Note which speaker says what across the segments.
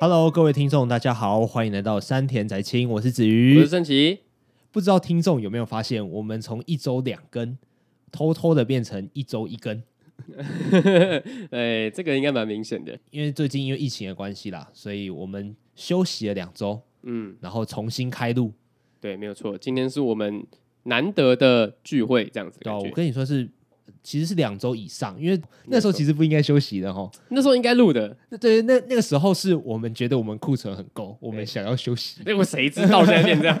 Speaker 1: Hello，各位听众，大家好，欢迎来到山田宅青，我是子
Speaker 2: 我
Speaker 1: 瑜
Speaker 2: 是。郑奇，
Speaker 1: 不知道听众有没有发现，我们从一周两更，偷偷的变成一周一更，
Speaker 2: 哎，这个应该蛮明显的。
Speaker 1: 因为最近因为疫情的关系啦，所以我们休息了两周，
Speaker 2: 嗯，
Speaker 1: 然后重新开录。
Speaker 2: 对，没有错。今天是我们难得的聚会，这样子的
Speaker 1: 对、啊，
Speaker 2: 感
Speaker 1: 我
Speaker 2: 觉。
Speaker 1: 跟你说是，其实是两周以上，因为那时候
Speaker 2: 没错嗯
Speaker 1: 其实不应该休息的哈。
Speaker 2: 那时候应该 录的，
Speaker 1: 那对，那那个时候是我们觉得我们库存很够，我们
Speaker 2: 对
Speaker 1: 想要休息。
Speaker 2: 那哎我谁知道现在变这样？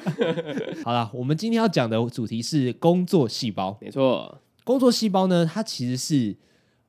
Speaker 1: 好啦，我们今天要讲的主题是工作细胞。
Speaker 2: 没错，
Speaker 1: 工作细胞呢，它其实是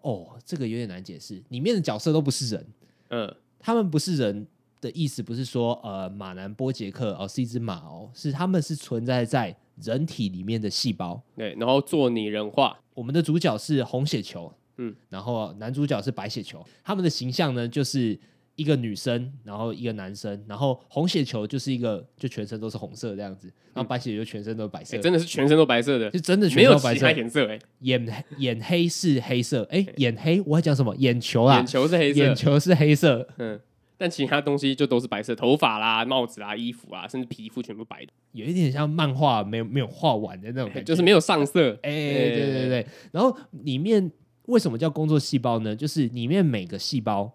Speaker 1: 哦，这个有点难解释，里面的角色都不是人，
Speaker 2: 嗯，
Speaker 1: 他们不是人的意思不是说呃马南波杰克哦是一只马哦，是他们是存在在人体里面的细胞。
Speaker 2: 对。然后做拟人化，
Speaker 1: 我们的主角是红血球，嗯
Speaker 2: 嗯，
Speaker 1: 然后男主角是白血球，他们的形象呢就是。一个女生，然后一个男生，然后红血球就是一个就全身都是红色这样子，然后白血球就全身都是白色，
Speaker 2: 哎，真的是全身都白色的，
Speaker 1: 是真的全
Speaker 2: 没
Speaker 1: 身
Speaker 2: 有
Speaker 1: 都白
Speaker 2: 其
Speaker 1: 色
Speaker 2: 他，颜色，哎，
Speaker 1: 眼眼黑是黑色，哎、眼黑我还讲什么？眼球啦
Speaker 2: 眼，球是黑色
Speaker 1: 眼，球是黑色。
Speaker 2: 嗯，但其他东西就都是白色，头发啦、帽子啦、衣服啊，甚至皮肤全部白的，
Speaker 1: 有一点像漫画没有没有画完的那种
Speaker 2: 哎
Speaker 1: 感觉，
Speaker 2: 就是没有上色。
Speaker 1: 哎、对对对对。然后里面为什么叫工作细胞呢？就是里面每个细胞，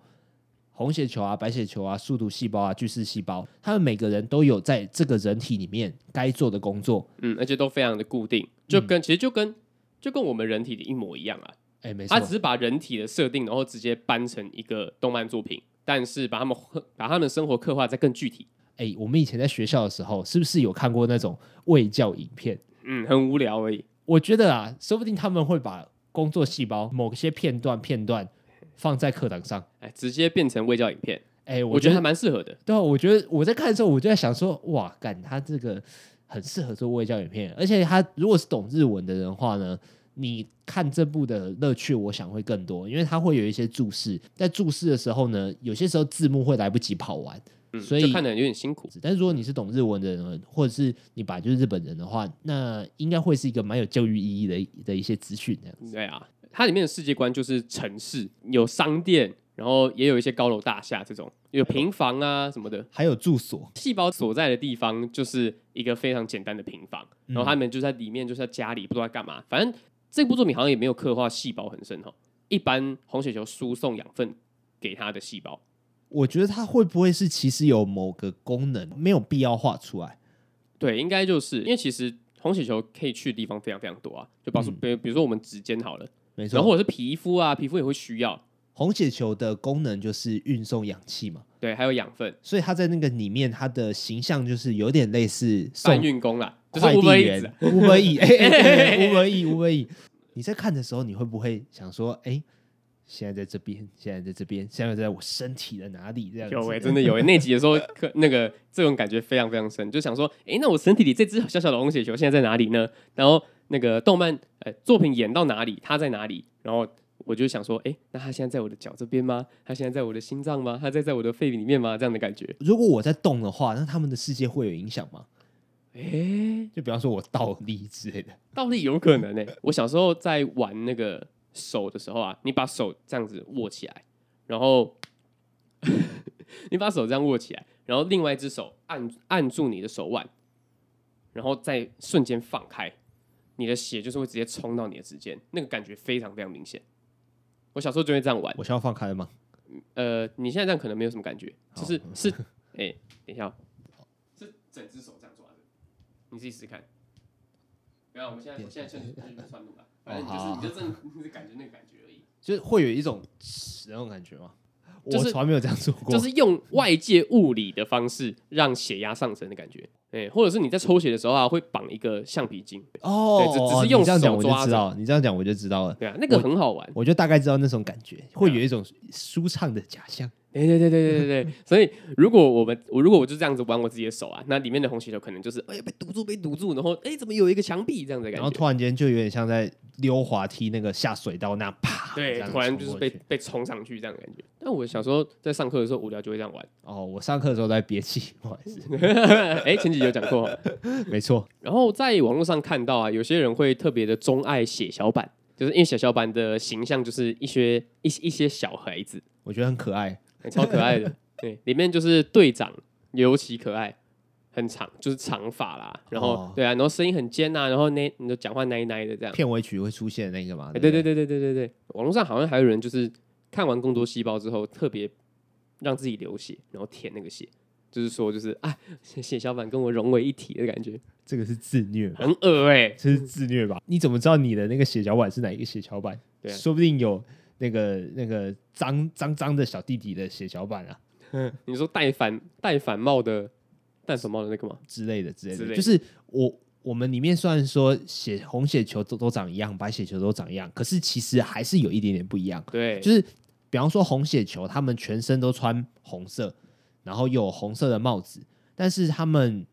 Speaker 1: 红血球啊、白血球啊、速读细胞啊、巨噬细胞，他们每个人都有在这个人体里面该做的工作。
Speaker 2: 嗯，而且都非常的固定，
Speaker 1: 嗯
Speaker 2: 就跟、其实就跟就跟我们人体的一模一样啊。
Speaker 1: 哎、没错
Speaker 2: 他，只是把人体的设定，然后直接搬成一个动漫作品，但是把他们把他们的生活刻画在更具体。
Speaker 1: 哎、我们以前在学校的时候，是不是有看过那种卫教影片？
Speaker 2: 嗯，很无聊而已。
Speaker 1: 我觉得啊，说不定他们会把工作细胞某些片段片段放在课堂上。
Speaker 2: 哎，直接变成卫教影片，
Speaker 1: 哎、
Speaker 2: 我
Speaker 1: 我
Speaker 2: 觉
Speaker 1: 觉
Speaker 2: 得
Speaker 1: 得
Speaker 2: 还蛮适合的。
Speaker 1: 对啊，我觉得我在看的时候，我就在想说，哇，干他这个很适合做卫教影片，而且他如果是懂日文的人的话呢，你看这部的乐趣，我想会更多，因为他会有一些注释，在注释的时候呢，有些时候字幕会来不及跑完。
Speaker 2: 嗯，
Speaker 1: 所以
Speaker 2: 就看的有点辛苦。
Speaker 1: 但是如果你是懂日文的人，或者是你本来就是日本人的话，那应该会是一个蛮有教育意义的一的一些资讯的。
Speaker 2: 对啊，它里面的世界观就是城市，有商店，然后也有一些高楼大厦这种，有平房啊什么的。
Speaker 1: 还有住所，
Speaker 2: 细胞所在的地方就是一个非常简单的平房，
Speaker 1: 嗯
Speaker 2: 然后他们就在里面，就是在家里不知道在干嘛。反正这部作品好像也没有刻画细胞很深哈。一般红血球输送养分给它的细胞，
Speaker 1: 我觉得它会不会是其实有某个功能没有必要画出来？
Speaker 2: 对，应该就是因为其实红血球可以去的地方非常非常多啊，就比如说比、比如说我们指尖好了，
Speaker 1: 嗯没
Speaker 2: 然后，或者是皮肤啊，皮肤也会需要，
Speaker 1: 红血球的功能就是运送氧气嘛，
Speaker 2: 对，还有养分，
Speaker 1: 所以它在那个里面，它的形象就是有点类似
Speaker 2: 搬
Speaker 1: 送
Speaker 2: 运工啦，就是啊
Speaker 1: 快
Speaker 2: 乌
Speaker 1: 递
Speaker 2: 龟
Speaker 1: 员哎
Speaker 2: 子，
Speaker 1: 乌龟 翼，乌龟翼，乌龟翼。你在看的时候，你会不会想说，哎、现在在这边，现在在这边，现在在我身体的哪里？这样子
Speaker 2: 有哎、真的有哎、那集的时候，可那个这种感觉非常非常深，就想说，哎、那我身体里这只小小的红血球现在在哪里呢？然后那个动漫呃作品演到哪里，它在哪里？然后我就想说，哎、那它现在在我的脚这边吗？它现在在我的心脏吗？它在在我的肺里面吗？这样的感觉，
Speaker 1: 如果我在动的话，那他们的世界会有影响吗？
Speaker 2: 哎、
Speaker 1: 就比方说我倒立之类的，
Speaker 2: 倒立有可能呢、我小时候在玩那个手的时候啊，你把手这样子握起来，然后 你把手这样握起来，然后另外一只手按按住你的手腕，然后再瞬间放开，你的血就是会直接冲到你的指尖，那个感觉非常非常明显。我小时候就会这样玩，
Speaker 1: 我需要放开了吗？
Speaker 2: 呃，你现在这样可能没有什么感觉，
Speaker 1: 好
Speaker 2: 就是是，哎、等一下哦， 是整只手这样抓着，你自己试试看。不要，我们现在我现在算就是算路吧，
Speaker 1: 哦
Speaker 2: 反正就是你就真的你就感觉那个感觉而已，
Speaker 1: 就是会有一种那种感觉吗？
Speaker 2: 就是
Speaker 1: 我从来没有这样做过，
Speaker 2: 就是用外界物理的方式让血压上升的感觉。哎、或者是你在抽血的时候啊，会绑一个橡皮筋，
Speaker 1: 哦，
Speaker 2: 对只
Speaker 1: 哦
Speaker 2: 只是用
Speaker 1: 你这样讲
Speaker 2: 手
Speaker 1: 我就
Speaker 2: 抓
Speaker 1: 知
Speaker 2: 着
Speaker 1: 道，你这样讲我就知道了，
Speaker 2: 对啊，那个很好玩。
Speaker 1: 我就大概知道那种感觉，会有一种舒畅的假象。
Speaker 2: 对对对对对对对，所以如果我们我如果我就这样子玩我自己的手啊，那里面的红血球可能就是哎、被堵住被堵住，然后哎、怎么有一个墙壁这样子的
Speaker 1: 然
Speaker 2: 感觉，
Speaker 1: 后突然间就有点像在溜滑梯那个下水道那样啪，这
Speaker 2: 对，
Speaker 1: 样
Speaker 2: 突然
Speaker 1: 冲
Speaker 2: 就是
Speaker 1: 过
Speaker 2: 被
Speaker 1: 去
Speaker 2: 被冲上去这样的感觉。但我小时候在上课的时候无聊就会这样 玩，
Speaker 1: 哦，我上课的时候在憋气，不好意思，
Speaker 2: 哎、前几集有讲过哦。
Speaker 1: 没错，
Speaker 2: 然后在网络上看到啊，有些人会特别的钟爱血小板，就是因为血小板的形象就是一些一些一些小孩子，
Speaker 1: 我觉得很可爱。
Speaker 2: 哎超可爱的。对，里面就是队长尤其可爱，很长，就是长发啦，然后、
Speaker 1: 哦
Speaker 2: 对啊，然后声音很尖呐、然后那你就讲话奶奶的这样。
Speaker 1: 片尾曲会出现那个嘛？
Speaker 2: 哎，
Speaker 1: 对
Speaker 2: 对
Speaker 1: 不
Speaker 2: 对对对对对对，网络上好像还有人就是看完《更多细胞》之后，特别让自己流血，然后舔那个血，就是说就是 啊，血血小板跟我融为一体的感觉，
Speaker 1: 这个是自虐吧，
Speaker 2: 很恶哎、
Speaker 1: 这是自虐吧？你怎么知道你的那个血小板是哪一个血小板？
Speaker 2: 对啊
Speaker 1: 说不定有那个那个脏脏脏的小弟弟的血小板啊
Speaker 2: 你说戴反戴反帽的戴反帽的那个吗？
Speaker 1: 之类的之类
Speaker 2: 之
Speaker 1: 的。
Speaker 2: 类的
Speaker 1: 就是我我们里面虽然说血红血球都都长一样，白血球都长一样，可是其实还是有一点点不一样。
Speaker 2: 对，
Speaker 1: 就是比方说红血球，他们全身都穿红色，然后有红色的帽子，但是他们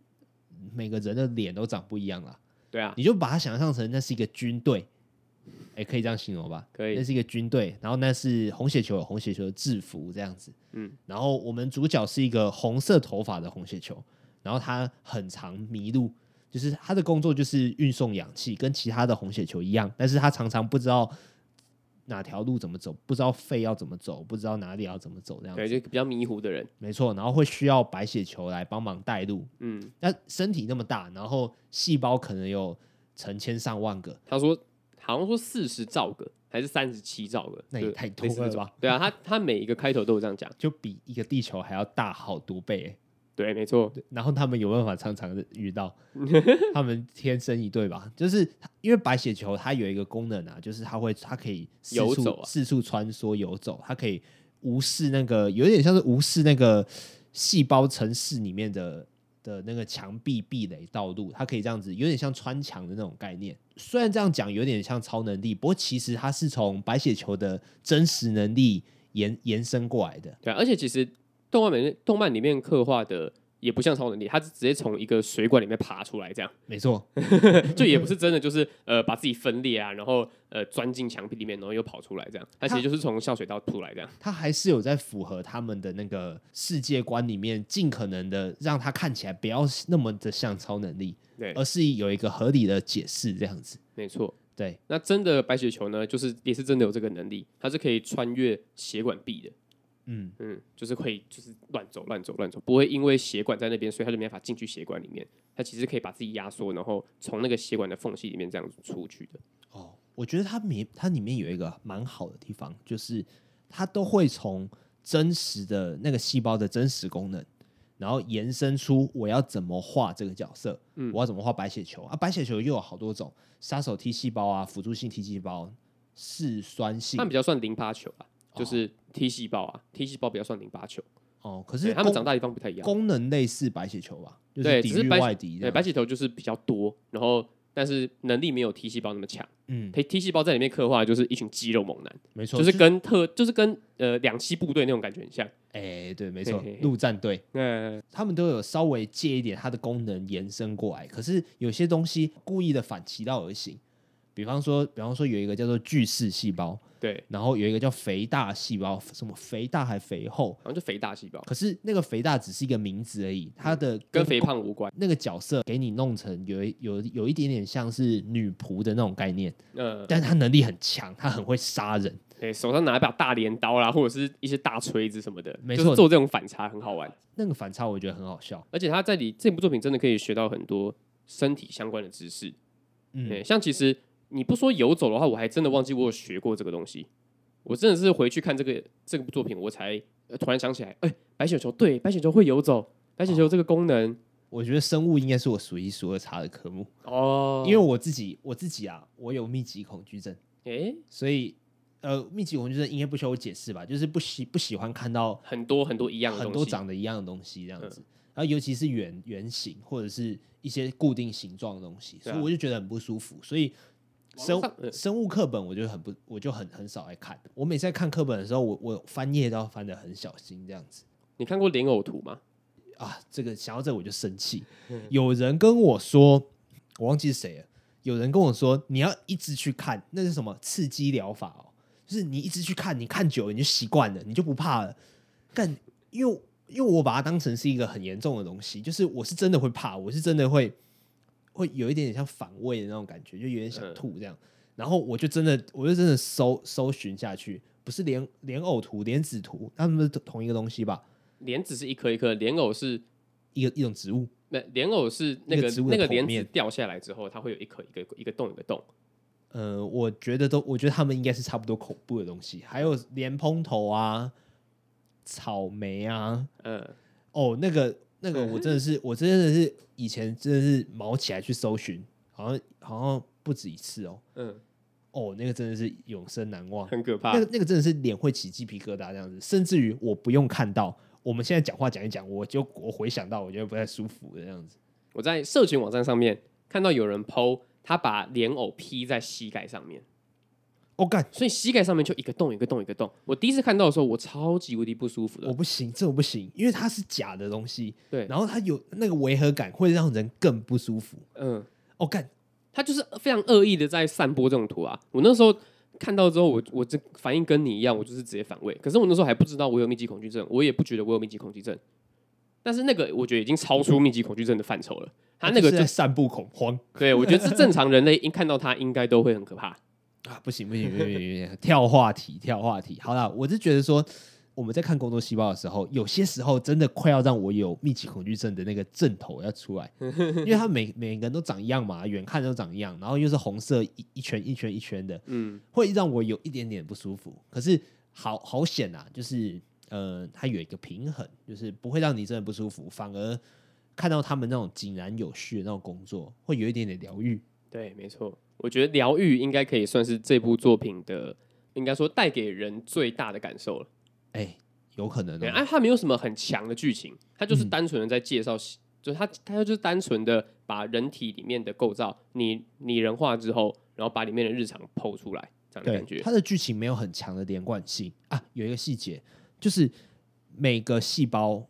Speaker 1: 每个人的脸都长不一样啦。
Speaker 2: 对啊，
Speaker 1: 你就把它想象成那是一个军队，哎、可以这样形容吧？
Speaker 2: 可以
Speaker 1: 那是一个军队，然后那是红血球有红血球的制服这样子，
Speaker 2: 嗯，
Speaker 1: 然后我们主角是一个红色头发的红血球，然后他很常迷路。就是他的工作就是运送氧气，跟其他的红血球一样，但是他常常不知道哪条路怎么走，不知道肺要怎么走，不知道哪里要怎么走，这样
Speaker 2: 对，
Speaker 1: 子
Speaker 2: 就比较迷糊的人，
Speaker 1: 没错。然后会需要白血球来帮忙带路，
Speaker 2: 嗯，
Speaker 1: 那身体那么大，然后细胞可能有成千上万个，
Speaker 2: 他说好像说四十兆个还是三十七兆个，
Speaker 1: 那也
Speaker 2: 就
Speaker 1: 太多
Speaker 2: 类似那
Speaker 1: 了
Speaker 2: 种
Speaker 1: 吧？
Speaker 2: 对啊，他他每一个开头都有这样讲，
Speaker 1: 就比一个地球还要大好多倍欸、
Speaker 2: 对，没错，
Speaker 1: 然后他们有办法常常地遇 到，他们天生一对吧？就是它因为白血球它有一个功能啊，就是它会它可以四
Speaker 2: 游
Speaker 1: 处
Speaker 2: 走啊
Speaker 1: 四处穿梭游走，它可以无视那个有点像是无视那个细胞城市里面的的那个墙壁壁垒道路，它可以这样子，有点像穿墙的那种概念。虽然这样讲有点像超能力，不过其实它是从白血球的真实能力延延伸过来的。
Speaker 2: 对啊，而且其实动漫里面动漫里面刻画的也不像超能力，他是直接从一个水管里面爬出来，这样
Speaker 1: 没错，
Speaker 2: 就也不是真的就是呃把自己分裂啊，然后呃钻进墙壁里面，然后又跑出来这样，他其实就是从下水道出来这样，
Speaker 1: 他还是有在符合他们的那个世界观里面，尽可能的让他看起来不要那么的像超能力，
Speaker 2: 对，
Speaker 1: 而是有一个合理的解释这样子。
Speaker 2: 没错。
Speaker 1: 对，
Speaker 2: 那真的白血球呢，就是也是真的有这个能力，它是可以穿越血管壁的，
Speaker 1: 嗯，
Speaker 2: 嗯，就是可以就是乱走乱走乱走，不会因为血管在那边，所以它就没法进去血管里面，它其实可以把自己压缩，然后从那个血管的缝隙里面这样出去的。
Speaker 1: 哦，我觉得它里它里面有一个蛮好的地方，就是它都会从真实的那个细胞的真实功能，然后延伸出我要怎么画这个角色，
Speaker 2: 嗯
Speaker 1: 我要怎么画白血球啊？白血球又有好多种，杀手 T 细胞啊，辅助性 T 细胞、嗜酸性
Speaker 2: 它比较算淋巴球啊，
Speaker 1: 哦
Speaker 2: 就是 T 细胞啊，T 细胞比较算淋巴球，
Speaker 1: 哦，可
Speaker 2: 对
Speaker 1: 是
Speaker 2: 它们
Speaker 1: 功
Speaker 2: 长大的地方不太一样。
Speaker 1: 功能类似白血球吧，就
Speaker 2: 对
Speaker 1: 抵
Speaker 2: 只是
Speaker 1: 御
Speaker 2: 白血
Speaker 1: 外敌这
Speaker 2: 对，
Speaker 1: 样。
Speaker 2: 白血球就是比较多，然后但是能力没有 T 细胞那么强。
Speaker 1: 嗯，
Speaker 2: T T 细胞在里面刻画的就是一群肌肉猛男，
Speaker 1: 没错，
Speaker 2: 就是跟特就是跟呃两栖部队那种感觉很像。
Speaker 1: 哎、对，没错
Speaker 2: 嘿嘿，嘿
Speaker 1: 陆战队
Speaker 2: 嗯，
Speaker 1: 他们都有稍微借一点它的功能延伸过来，可是有些东西故意的反其道而行。比方说，比方说有一个叫做巨噬细胞，
Speaker 2: 对，
Speaker 1: 然后有一个叫肥大细胞，什么肥大还肥厚，
Speaker 2: 好像就肥大细胞，
Speaker 1: 可是那个肥大只是一个名字而已，它的
Speaker 2: 跟肥胖无关。
Speaker 1: 那个角色给你弄成有一有有一点点像是女仆的那种概念，
Speaker 2: 嗯，
Speaker 1: 但是她能力很强，她很会杀人。
Speaker 2: 对，手上拿一把大镰刀啦，或者是一些大锤子什么的，
Speaker 1: 没
Speaker 2: 就是
Speaker 1: 错
Speaker 2: 做这种反差很好玩。
Speaker 1: 那个反差我觉得很好笑。
Speaker 2: 而且他在里这部作品真的可以学到很多身体相关的知识。
Speaker 1: 嗯
Speaker 2: 对，像其实你不说游走的话，我还真的忘记我有学过这个东西。我真的是回去看这个这部作品，我才、呃突然想起来，哎、白雪球对，白雪球会游走，白雪球这个功能
Speaker 1: 我觉得生物应该是我数一数二差的科目，
Speaker 2: 哦，
Speaker 1: 因为我自己我自己啊，我有密集恐惧症，
Speaker 2: 诶
Speaker 1: 所以呃，密集恐惧症应该不需要我解释吧？就是不喜不喜欢看到
Speaker 2: 很多很多一样的
Speaker 1: 很
Speaker 2: 东
Speaker 1: 多
Speaker 2: 西，
Speaker 1: 长得一样的东西这样
Speaker 2: 嗯
Speaker 1: 子，然后尤其是圆圆形或者是一些固定形状的东西，所
Speaker 2: 对啊
Speaker 1: 以我就觉得很不舒服，所以。生
Speaker 2: 网上嗯
Speaker 1: 生物课本我就很不，我就很很少爱看。我每次在看课本的时候，我我翻页都要翻的很小心，这样子。
Speaker 2: 你看过莲藕图吗？
Speaker 1: 啊，这个想到这个我就生气。有人跟我说，我忘记是谁了。有人跟我说，你要一直去看，那是什么刺激疗法哦？就是你一直去看，你看久了你就习惯了，你就不怕了。但因为因为我把它当成是一个很严重的东西，就是我是真的会怕，我是真的会会有一点点像反胃的那种感觉，就有点想
Speaker 2: 嗯
Speaker 1: 吐这样。然后我就真的，我就真的搜搜寻下去，不是莲莲藕图、莲子图，他们不是同一个东西吧？
Speaker 2: 莲子是一颗一颗，莲藕是
Speaker 1: 一个一种植物，
Speaker 2: 那莲藕是那
Speaker 1: 一
Speaker 2: 个
Speaker 1: 个植物的
Speaker 2: 那个
Speaker 1: 剖
Speaker 2: 莲子
Speaker 1: 面
Speaker 2: 掉下来之后，它会有一颗一个一个洞一个洞。
Speaker 1: 呃，我觉得都，我觉得他们应该是差不多恐怖的东西。还有莲蓬头啊，草莓啊，
Speaker 2: 嗯，
Speaker 1: 哦，那个那个，我真的是，我真的是以前真的是毛起来去搜寻，好像好像不止一次哦。
Speaker 2: 嗯，
Speaker 1: 哦，那个真的是永生难忘，
Speaker 2: 很可怕
Speaker 1: 那。个那个真的是脸会起鸡皮疙瘩这样子，甚至于我不用看到，我们现在讲话讲一讲，我就我回想到，我觉得不太舒服的这样子。
Speaker 2: 我在社群网站上面看到有人 PO，他把莲藕披在膝盖上面，
Speaker 1: 我、哦干，
Speaker 2: 所以膝盖上面就一个洞一个洞一个洞。我第一次看到的时候，我超级无敌不舒服
Speaker 1: 我
Speaker 2: 的。
Speaker 1: 不行，这我不行，因为它是假的东西，
Speaker 2: 对，
Speaker 1: 然后它有那个违和感，会让人更不舒服。
Speaker 2: 嗯，
Speaker 1: 哦，干，
Speaker 2: 他就是非常恶意的在散播这种图啊。我那时候看到之后，我我这反应跟你一样，我就是直接反胃。可是我那时候还不知道我有密集恐惧症，我也不觉得我有密集恐惧症。但是那个我觉得已经超出密集恐惧症的范畴了。他那个
Speaker 1: 哦就
Speaker 2: 哦就是
Speaker 1: 在散布恐慌
Speaker 2: 对我觉得是正常人类，一看到他应该都会很可怕。
Speaker 1: 啊！不行不行不行不行，不行跳话题跳话题。好啦，我是觉得说我们在看工作细胞的时候，有些时候真的快要让我有密集恐惧症的那个症头要出来，因为它每每个人都长一样嘛，远看都长一样，然后又是红色一一圈一圈一圈的，
Speaker 2: 嗯，
Speaker 1: 会让我有一点点不舒服。可是好好险啊，就是呃，它有一个平衡，就是不会让你真的不舒服，反而看到他们那种井然有序的那种工作，会有一点点疗愈。
Speaker 2: 对，没错。我觉得疗愈应该可以算是这部作品的，应该说带给人最大的感受了。
Speaker 1: 哎、有可能、
Speaker 2: 对，
Speaker 1: 哦。
Speaker 2: 啊，它没有什么很强的剧情，它
Speaker 1: 嗯
Speaker 2: 就是单纯的在介绍，就是它它就是单纯的把人体里面的构造拟拟人化之后，然后把里面的日常剖出来，这样的
Speaker 1: 对，
Speaker 2: 感觉。
Speaker 1: 它的剧情没有很强的连贯性啊。有一个细节就是每个细胞，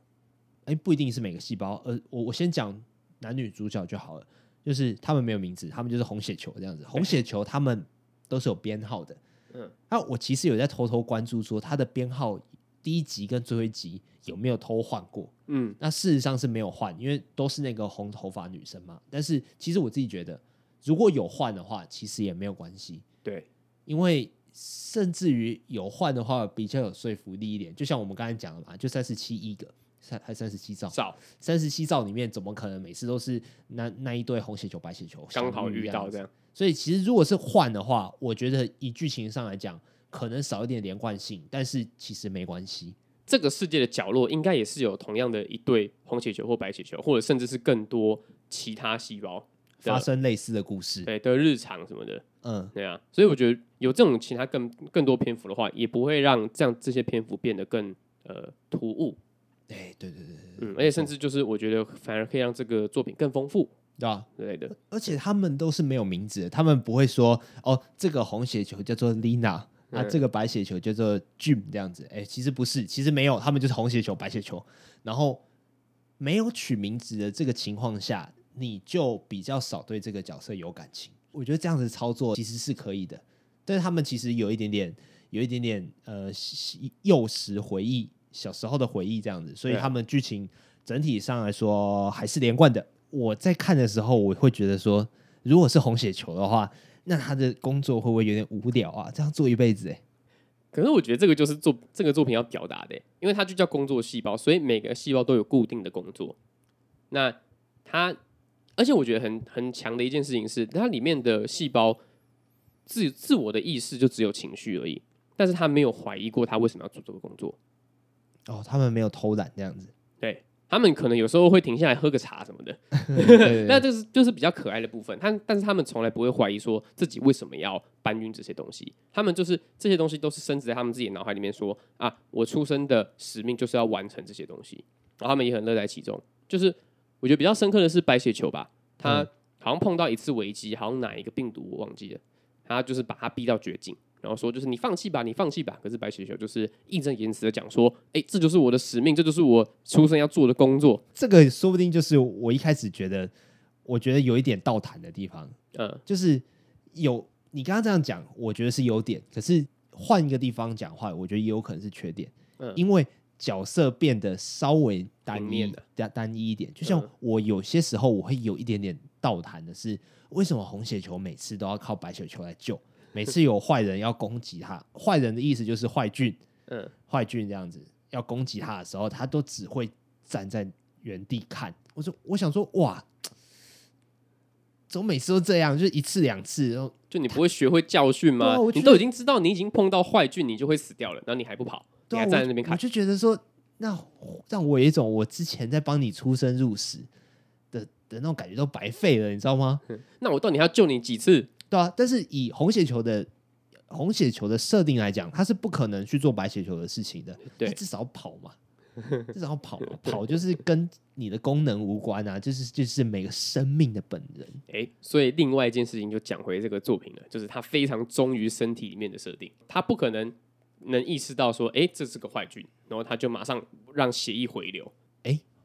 Speaker 1: 哎、不一定是每个细胞，呃，我我先讲男女主角就好了，就是他们没有名字，他们就是红血球这样子。红血球他们都是有编号的，
Speaker 2: 嗯
Speaker 1: 嗯，那、我其实有在偷偷关注说它的编号第一集跟最后一集有没有偷换过，
Speaker 2: 嗯，
Speaker 1: 那事实上是没有换，因为都是那个红头发女生嘛。但是其实我自己觉得，如果有换的话，其实也没有关系。
Speaker 2: 对，
Speaker 1: 因为甚至于有换的话比较有说服力一点。就像我们刚才讲的嘛，就三十七一个，三还三十七兆，
Speaker 2: 少
Speaker 1: 三十七兆里面怎么可能每次都是那那一对红血球、白血球
Speaker 2: 刚好
Speaker 1: 相
Speaker 2: 遇到
Speaker 1: 这
Speaker 2: 这
Speaker 1: 样？
Speaker 2: 样。
Speaker 1: 所以其实如果是换的话，我觉得以剧情上来讲，可能少一点连贯性，但是其实没关系。
Speaker 2: 这个世界的角落应该也是有同样的一对红血球或白血球，或者甚至是更多其他细胞的
Speaker 1: 发生类似的故事，
Speaker 2: 对的日常什么的。
Speaker 1: 嗯，
Speaker 2: 对啊，所以我觉得有这种其他更更多篇幅的话，也不会让这样这些篇幅变得更呃突兀，
Speaker 1: 哎，对对对对，
Speaker 2: 嗯，而且甚至就是我觉得反而可以让这个作品更丰富
Speaker 1: 对吧？
Speaker 2: 之类的。
Speaker 1: 而且他们都是没有名字的，他们不会说哦，这个红血球叫做 Lina 啊，
Speaker 2: 嗯
Speaker 1: 这个白血球叫做 Jim 这样子。哎，其实不是，其实没有，他们就是红血球、白血球。然后没有取名字的这个情况下，你就比较少对这个角色有感情。我觉得这样子操作其实是可以的，但是他们其实有一点点，有一点点呃西幼时回忆、小时候的回忆这样子，所以
Speaker 2: 对
Speaker 1: 他们剧情整体上来说还是连贯的。我在看的时候，我会觉得说，如果是红血球的话，那他的工作会不会有点无聊啊？这样做一辈子、欸，
Speaker 2: 可是我觉得这个就是作这个作品要表达的，因为它就叫工作细胞，所以每个细胞都有固定的工作。那它，而且我觉得很很强的一件事情是，它里面的细胞自自我的意识就只有情绪而已，但是他没有怀疑过他为什么要做这个工作。
Speaker 1: 哦，他们没有偷懒这样子，
Speaker 2: 对他们可能有时候会停下来喝个茶什么的，
Speaker 1: 对对
Speaker 2: 那
Speaker 1: 对
Speaker 2: 这是就是比较可爱的部分。他但是他们从来不会怀疑说自己为什么要搬运这些东西，他们就是这些东西都是深植在他们自己的脑海里面说啊，我出生的使命就是要完成这些东西，然后他们也很乐在其中。就是我觉得比较深刻的是白血球吧，他
Speaker 1: 嗯
Speaker 2: 好像碰到一次危机，好像哪一个病毒我忘记了，他就是把他逼到绝境。然后说就是你放弃吧，你放弃吧。可是白血球就是义正言辞的讲说，哎，这就是我的使命，这就是我出生要做的工作。
Speaker 1: 这个说不定就是我一开始觉得，我觉得有一点倒谈的地方，
Speaker 2: 嗯，
Speaker 1: 就是有你刚刚这样讲，我觉得是优点，可是换一个地方讲话，我觉得也有可能是缺点，
Speaker 2: 嗯
Speaker 1: 因为角色变得稍微单
Speaker 2: 平
Speaker 1: 一
Speaker 2: 面的
Speaker 1: 单单一一点。就像
Speaker 2: 嗯
Speaker 1: 我有些时候我会有一点点倒谈的是，为什么红血球每次都要靠白血球来救？ 每次有坏人要攻击他，坏人的意思就是坏菌，
Speaker 2: 嗯，
Speaker 1: 坏菌这样子。要攻击他的时候，他都只会站在原地看。我说，我想说，哇，怎么每次都这样？就是一次两次，然后
Speaker 2: 就你不会学会教训
Speaker 1: 对
Speaker 2: 吗
Speaker 1: 啊我？
Speaker 2: 你
Speaker 1: 觉得
Speaker 2: 都已经知道你已经碰到坏菌，你就会死掉了，然后你还不跑，你
Speaker 1: 对啊
Speaker 2: 还站在那边
Speaker 1: 我
Speaker 2: 看，
Speaker 1: 就觉得说，那让我有一种我之前在帮你出生入死的的那种感觉都白费了，你知道吗？
Speaker 2: 那我到底要救你几次？
Speaker 1: 对啊，但是以红血球的红血球的设定来讲，它是不可能去做白血球的事情的。
Speaker 2: 对
Speaker 1: 它至少跑嘛，至少跑嘛，跑就是跟你的功能无关啊，就是就是每个生命的本人。
Speaker 2: 诶，所以另外一件事情就讲回这个作品了，就是他非常忠于身体里面的设定，他不可能能意识到说，诶，这是个坏菌，然后他就马上让血液回流，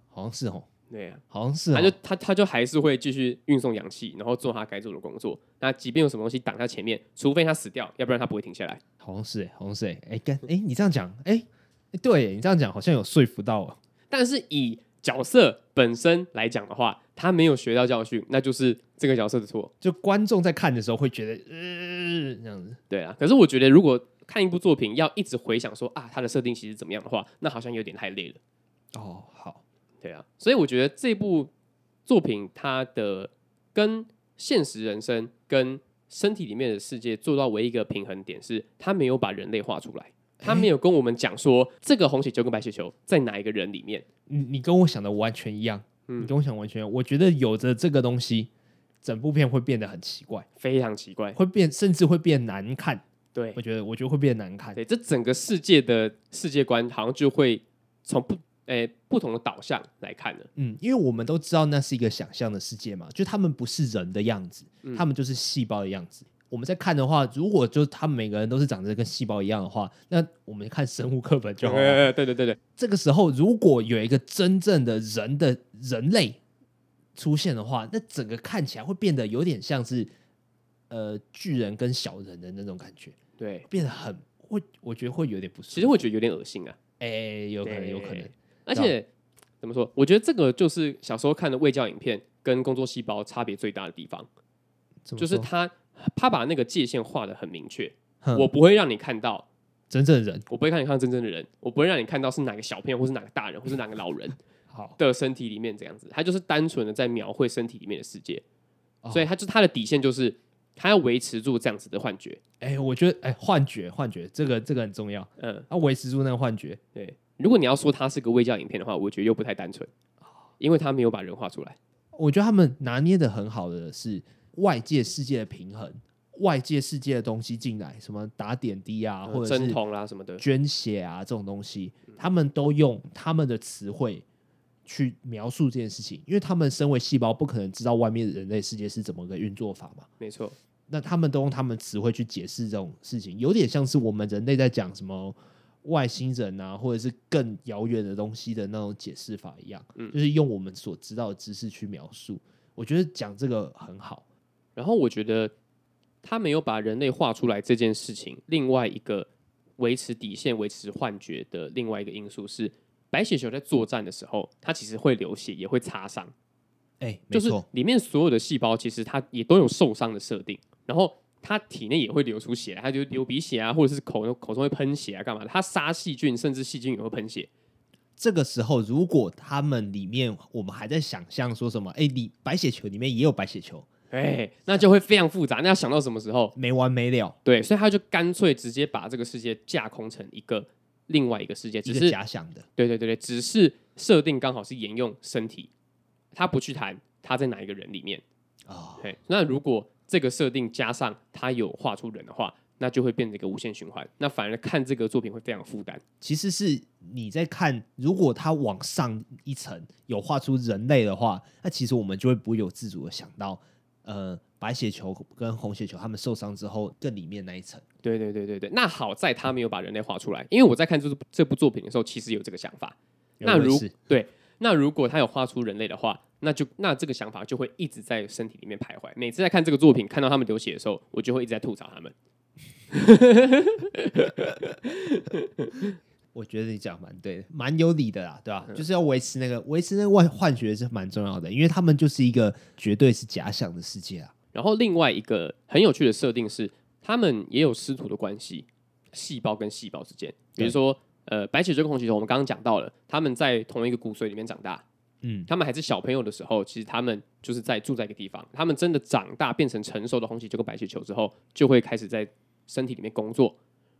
Speaker 1: 好像是哦，
Speaker 2: 对啊，
Speaker 1: 好像是哦，
Speaker 2: 他就他他就还是会继续运送氧气，然后做他该做的工作。那即便有什么东西挡在前面，除非他死掉，要不然他不会停下来。
Speaker 1: 好像是哎，好像是哎，哎跟哎你这样讲哎。对耶你这样讲好像有说服到我，
Speaker 2: 但是以角色本身来讲的话，他没有学到教训，那就是这个角色的错。
Speaker 1: 就观众在看的时候会觉得，呃，这样子，
Speaker 2: 对啊，可是我觉得如果看一部作品要一直回想说啊，他的设定其实怎么样的话，那好像有点太累了。
Speaker 1: 哦，好，
Speaker 2: 对啊，所以我觉得这部作品它的跟现实人生跟身体里面的世界做到唯一一个平衡点是，它没有把人类画出来，它没有跟我们讲说这个红血球跟白血球在哪一个人里面。
Speaker 1: 你你跟我想的完全一样，
Speaker 2: 嗯
Speaker 1: 你跟我想完全一样。我觉得有着这个东西，整部片会变得很奇怪，
Speaker 2: 非常奇怪，
Speaker 1: 会变甚至会变难看。
Speaker 2: 对
Speaker 1: 我觉得，我觉得会变难看。
Speaker 2: 对，这整个世界的世界观好像就会从不诶、不同的导向来看的，
Speaker 1: 嗯，因为我们都知道那是一个想象的世界嘛，就他们不是人的样子，
Speaker 2: 嗯
Speaker 1: 他们就是细胞的样子。我们在看的话，如果就他们每个人都是长得跟细胞一样的话，那我们看生物课本就好了。
Speaker 2: 呃对对对对，
Speaker 1: 这个时候，如果有一个真正的人的人类出现的话，那整个看起来会变得有点像是呃巨人跟小人的那种感觉，
Speaker 2: 对，
Speaker 1: 变得很会，我觉得会有点不舒服。
Speaker 2: 其实会哎觉得有点恶心啊。
Speaker 1: 哎、有可能，有可能
Speaker 2: 对，而
Speaker 1: 啊
Speaker 2: 且怎么说？我觉得这个就是小时候看的卫教影片跟工作细胞差别最大的地方，
Speaker 1: 怎么
Speaker 2: 就是
Speaker 1: 说
Speaker 2: 他他把那个界限画的很明确。
Speaker 1: 哼
Speaker 2: 我不会让你看到，
Speaker 1: 真正的人
Speaker 2: 我不会让你看到真正的人，我不会让你看到是哪个小朋友，或是哪个大人，或是哪个老人
Speaker 1: 好，
Speaker 2: 的身体里面这样子。他就是单纯的在描绘身体里面的世界，
Speaker 1: 哦
Speaker 2: 所以他就他的底线就是他要维持住这样子的幻觉。
Speaker 1: 哎、我觉得哎、幻觉，幻觉，这个这个很重要，
Speaker 2: 嗯，
Speaker 1: 要、维持住那个幻觉。
Speaker 2: 对。如果你要说它是个卫教影片的话，我觉得又不太单纯，因为他没有把人画出来。
Speaker 1: 我觉得他们拿捏的很好的是外界世界的平衡，外界世界的东西进来，什么打点滴啊，
Speaker 2: 呃
Speaker 1: 或者
Speaker 2: 针
Speaker 1: 是
Speaker 2: 筒啦什么的，
Speaker 1: 捐血啊这种东西，他们都用他们的词汇去描述这件事情，因为他们身为细胞，不可能知道外面人类世界是怎么个运作法嘛。
Speaker 2: 没错。
Speaker 1: 那他们都用他们词汇去解释这种事情，有点像是我们人类在讲什么外星人啊，或者是更遥远的东西的那种解释法一样，
Speaker 2: 嗯
Speaker 1: 就是用我们所知道的知识去描述。我觉得讲这个很好，
Speaker 2: 然后我觉得他没有把人类画出来这件事情，另外一个维持底线、维持幻觉的另外一个因素是，白血球在作战的时候，它其实会流血，也会擦伤，
Speaker 1: 哎、
Speaker 2: 就
Speaker 1: 没
Speaker 2: 是
Speaker 1: 错，
Speaker 2: 里面所有的细胞其实它也都有受伤的设定，然后。它体内也会流出血来，它就流鼻血啊，或者是口口中会喷血啊，干嘛的？它杀细菌，甚至细菌也会喷血。
Speaker 1: 这个时候如果他们里面我们还在想象说什么，哎、你白血球里面也有白血球，
Speaker 2: 哎，那就会非常复杂。那要想到什么时候？
Speaker 1: 没完没了，
Speaker 2: 对，所以他就干脆直接把这个世界架空成一个另外一个世界，只
Speaker 1: 一
Speaker 2: 是
Speaker 1: 个假想的，
Speaker 2: 对对对对，只是设定刚好是沿用身体，他不去谈他在哪一个人里面。
Speaker 1: 啊、
Speaker 2: 对，那如果这个设定加上他有画出人的话，那就会变成一个无限循环。那反而看这个作品会非常有负担。
Speaker 1: 其实是你在看，如果它往上一层有画出人类的话，那其实我们就会不由自主的想到，呃，白血球跟红血球他们受伤之后更里面那一层。
Speaker 2: 对对对对对，那好在他没有把人类画出来，因为我在看这部这部作品的时候，其实有这个想法。那
Speaker 1: 有没有
Speaker 2: 如
Speaker 1: 是
Speaker 2: 对，那如果他有画出人类的话，那就那这个想法就会一直在身体里面徘徊。每次在看这个作品，看到他们流血的时候，我就会一直在吐槽他们。
Speaker 1: 我觉得你讲得蛮对的，蛮有理的啦，对
Speaker 2: 嗯
Speaker 1: 吧、就是要维持那个维持那个幻幻觉是蛮重要的，因为他们就是一个绝对是假想的世界啊。
Speaker 2: 然后另外一个很有趣的设定是，他们也有师徒的关系，细胞跟细胞之间，比如说呃，白血球跟红血球，我们刚刚讲到了，他们在同一个骨髓里面长大，
Speaker 1: 嗯，
Speaker 2: 他们还是小朋友的时候，其实他们就是在住在一个地方。他们真的长大变成成熟的红血球跟白血球之后，就会开始在身体里面工作。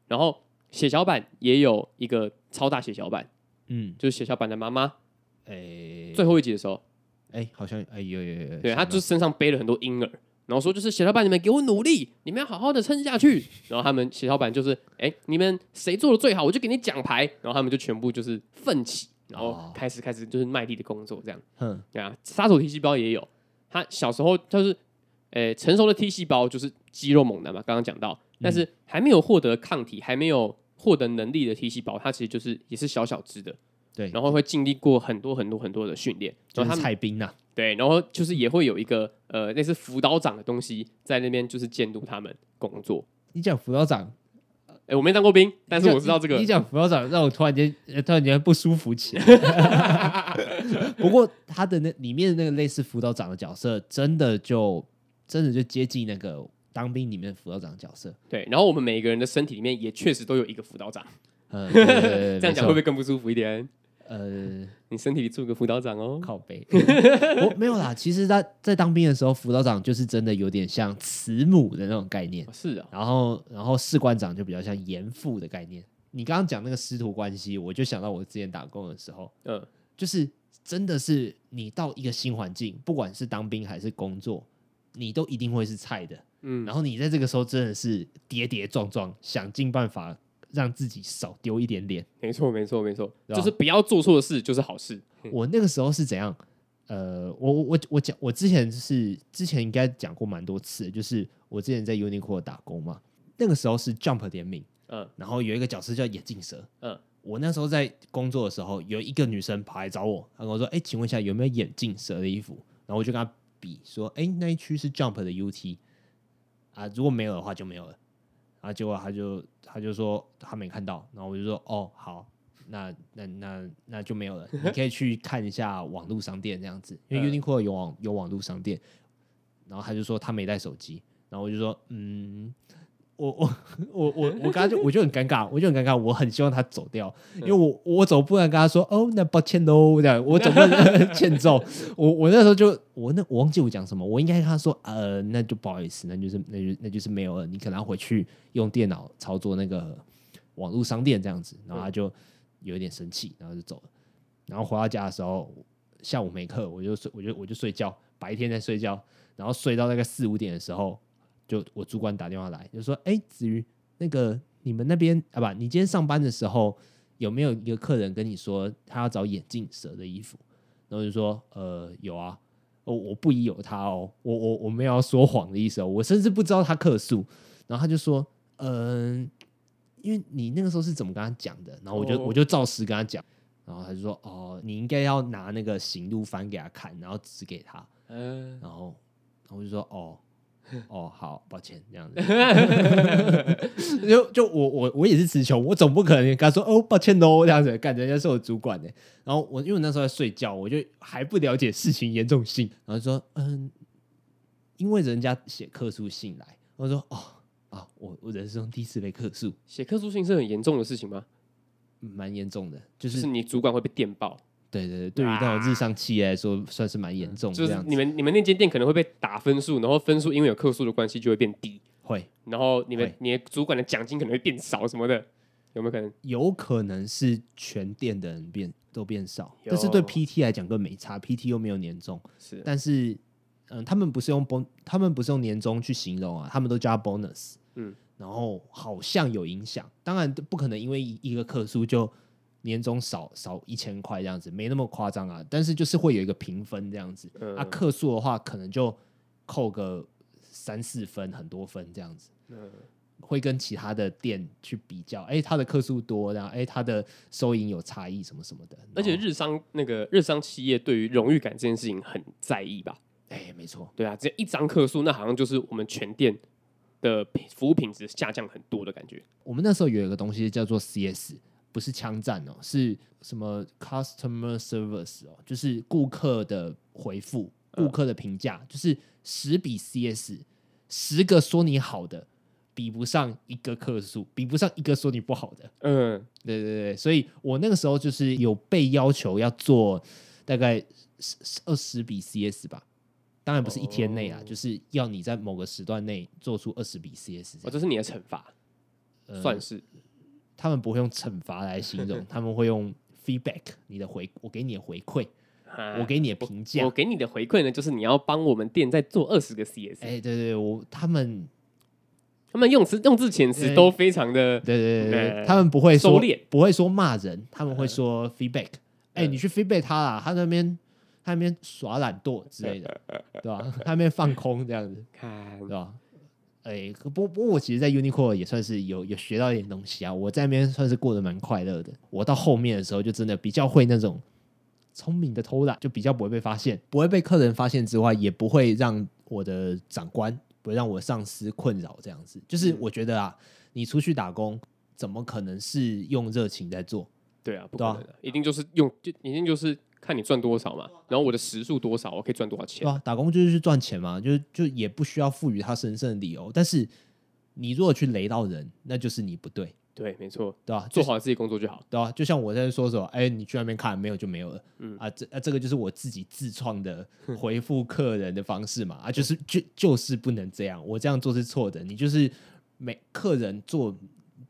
Speaker 2: 然后血小板也有一个超大血小板，
Speaker 1: 嗯，
Speaker 2: 就是血小板的妈妈。
Speaker 1: 哎，
Speaker 2: 最后一集的时候，
Speaker 1: 哎，好像哎有有有，
Speaker 2: 对
Speaker 1: 想
Speaker 2: 她
Speaker 1: 到
Speaker 2: 就是身上背了很多婴儿，然后说就是血小板，你们给我努力，你们要好好的撑下去。然后他们血小板就是，哎，你们谁做的最好，我就给你奖牌。然后他们就全部就是奋起，然后
Speaker 1: 哦
Speaker 2: 开始开始就是卖力的工作这样。
Speaker 1: 哼，
Speaker 2: 对啊，杀手 T 细胞也有。他小时候就是，呃、成熟的 T 细胞就是肌肉猛男嘛，刚刚讲到，
Speaker 1: 嗯
Speaker 2: 但是还没有获得抗体，还没有获得能力的 T 细胞，它其实就是也是小小只的，
Speaker 1: 对，
Speaker 2: 然后会经历过很多很多很多的训练，
Speaker 1: 就
Speaker 2: 然后
Speaker 1: 是
Speaker 2: 他们
Speaker 1: 蔡斌啊呐，
Speaker 2: 对，然后就是也会有一个呃类似辅导长的东西在那边就是监督他们工作。
Speaker 1: 你讲辅导长，
Speaker 2: 哎、我没当过兵，但是
Speaker 1: 你讲
Speaker 2: 我知道这个
Speaker 1: 你你讲辅导长让我突然间呃突然间不舒服 起来。不过他的那里面的那个类似辅导长的角色，真的就真的就接近那个当兵里面的辅导长的角色。
Speaker 2: 对，然后我们每一个人的身体里面也确实都有一个辅导长，
Speaker 1: 嗯，对对对对
Speaker 2: 这样讲
Speaker 1: 没错
Speaker 2: 会不会更不舒服一点？
Speaker 1: 呃
Speaker 2: 你身体里住一个辅导长哦。
Speaker 1: 靠背？我没有啦，其实他在当兵的时候，辅导长就是真的有点像慈母的那种概念
Speaker 2: 哦，是啊，
Speaker 1: 然后然后士官长就比较像严父的概念。你刚刚讲那个师徒关系，我就想到我之前打工的时候，
Speaker 2: 嗯，
Speaker 1: 就是真的是你到一个新环境，不管是当兵还是工作，你都一定会是菜的。
Speaker 2: 嗯
Speaker 1: 然后你在这个时候真的是跌跌撞撞，想尽办法让自己少丢一点脸。
Speaker 2: 没错，没错，没错，
Speaker 1: 对啊
Speaker 2: 就
Speaker 1: 吧
Speaker 2: 是不要做错事就是好事。
Speaker 1: 我那个时候是怎样？呃，我我我我讲，我之前是之前应该讲过蛮多次，就是我之前在 Uniqlo 打工嘛，那个时候是 Jump 联名，
Speaker 2: 嗯
Speaker 1: 然后有一个角色叫眼镜蛇，
Speaker 2: 嗯，
Speaker 1: 我那时候在工作的时候，有一个女生跑来找我，她跟我说：“哎、请问一下有没有眼镜蛇的衣服？”然后我就跟她比说：“哎、那一区是 Jump 的 UT 啊，如果没有的话就没有了。”啊，结果她就她就说她没看到，然后我就说：“哦，好，那那那那就没有了，你可以去看一下网络商店这样子，因为
Speaker 2: 嗯
Speaker 1: Uniqlo 有网有网络商店。”然后她就说她没带手机，然后我就说：“嗯。”我我我我我刚刚就我就很尴尬，我就很尴尬，我很希望他走掉，因为我我总不能跟他说哦，那抱歉喽，这样我总不能 欠揍。我我那时候就我那我忘记我讲什么，我应该跟他说呃，那就不好意思，那就是那就那就是没有了，你可能要回去用电脑操作那个网络商店这样子，然后他就有一点生气，然后就走了。然后回到家的时候，下午没课，我就睡，我就我就睡觉，白天在睡觉，然后睡到大概四五点的时候，就我主管打电话来，就说：“哎，子瑜，那个你们那边啊，不，你今天上班的时候有没有一个客人跟你说他要找眼镜蛇的衣服？”然后就说：“呃，有啊。”哦，我不疑有他哦，我我我没有要说谎的意思哦，我甚至不知道他客诉。然后他就说：“嗯、因为你那个时候是怎么跟他讲的？”然后我就、
Speaker 2: 哦
Speaker 1: 我就照实跟他讲。然后他就说：“哦，你应该要拿那个行路翻给他看，然后指给他。”
Speaker 2: 嗯，
Speaker 1: 然后，然后我就说 哦，哦，好，抱歉，这样子。 就就我我我也是词穷，我总不可能跟他说哦，抱歉哦，这样子，感觉人家是我主管呢。欸然后我因为我那时候在睡觉，我就还不了解事情严重性，然后就说嗯，因为人家写客诉信来，我说哦啊，我我人生中第一次被客诉，
Speaker 2: 写客诉信是很严重的事情吗？
Speaker 1: 蛮严重的，就
Speaker 2: 就是是你主管会被电爆，
Speaker 1: 对对对，对于那种日商企业来说，算是蛮严重，
Speaker 2: 嗯就
Speaker 1: 这
Speaker 2: 是
Speaker 1: 样
Speaker 2: 你
Speaker 1: 子
Speaker 2: 们你们那间店可能会被打分数，然后分数因为有客诉的关系就会变低，
Speaker 1: 会。
Speaker 2: 然后你们
Speaker 1: 会
Speaker 2: 你的主管的奖金可能会变少什么的，有没有可能？
Speaker 1: 有可能是全店的人变都变少，
Speaker 2: 有
Speaker 1: 但是对 PT 来讲更没差，PT 又没有年终，
Speaker 2: 是
Speaker 1: 但是嗯，他们不是用 bon，他们不是用年终去形容啊，他们都叫它 bonus，
Speaker 2: 嗯，
Speaker 1: 然后好像有影响，当然不可能因为一一个客数就年终少少一千块这样子，没那么夸张啊，但是就是会有一个评分这样子，
Speaker 2: 嗯
Speaker 1: 啊，客数的话可能就扣个三四分，很多分这样子。
Speaker 2: 嗯，
Speaker 1: 会跟其他的店去比较，哎、它的客数多，然后哎、它的收银有差异什么什么的。
Speaker 2: 而且
Speaker 1: 然后，
Speaker 2: 日商那个日商企业对于荣誉感这件事情很在意吧？
Speaker 1: 哎、没错，
Speaker 2: 对啊，只要一张客诉，那好像就是我们全店的品服务品质下降很多的感觉。
Speaker 1: 我们那时候有一个东西叫做 CS，不是枪战哦，是什么 customer service 哦，就是顾客的回复、
Speaker 2: 嗯
Speaker 1: 顾客的评价，就是十比 CS，十个说你好的，比不上一个客诉，比不上一个说你不好的。
Speaker 2: 嗯，
Speaker 1: 对对对，所以我那个时候就是有被要求要做大概二十笔 CS 吧，当然不是一天内啊，
Speaker 2: 哦
Speaker 1: 就是要你在某个时段内做出二十笔 CS 这
Speaker 2: 哦，
Speaker 1: 样。
Speaker 2: 这是你的惩罚，
Speaker 1: 呃
Speaker 2: 哦算是
Speaker 1: 他们不会用惩罚来形 容，他们会用 feedback 你的回，我给你的回馈，我给你的评价
Speaker 2: 啊我。给你的回馈呢，就是你要帮我们店再做二十个 CS，、
Speaker 1: 哎，对对对，我他们
Speaker 2: 他们用词用字遣词都非常的，
Speaker 1: 哎对对对对，
Speaker 2: 嗯
Speaker 1: 他们不会说
Speaker 2: 收敛，
Speaker 1: 不会说骂人，他们会说 feedback。哎，
Speaker 2: 嗯
Speaker 1: 你去 feedback 他啦，他那边他那边耍懒惰之类 的，对吧？他那边放空这样子，
Speaker 2: 看
Speaker 1: 对吧？哎，可不不，过我其实，在 Uniqlo 也算是有有学到一点东西啊。我在那边算是过得蛮快乐的。我到后面的时候，就真的比较会那种聪明的偷懒，就比较不会被发现，不会被客人发现之外，也不会让我的长官，不会让我的上司困扰。这样子，就是
Speaker 2: 嗯
Speaker 1: 我觉得啊，你出去打工，怎么可能是用热情在做？
Speaker 2: 对啊，不可
Speaker 1: 对啊
Speaker 2: 能的，一定就是用，就一定就是看你赚多少嘛，然后我的时数多少，我可以赚多少钱
Speaker 1: 对。啊，打工就是去赚钱嘛，就就也不需要赋予他神圣的理由。但是你如果去雷到人，那就是你不对，
Speaker 2: 对，没错，
Speaker 1: 对吧？
Speaker 2: 啊做好自己工作就好。
Speaker 1: 对啊，就像我在说什么，哎、你去那边看没有就没有了，
Speaker 2: 嗯
Speaker 1: 啊，这啊这个就是我自己自创的回复客人的方式嘛，啊，就是就就是不能这样，我这样做是错的，你就是每客人做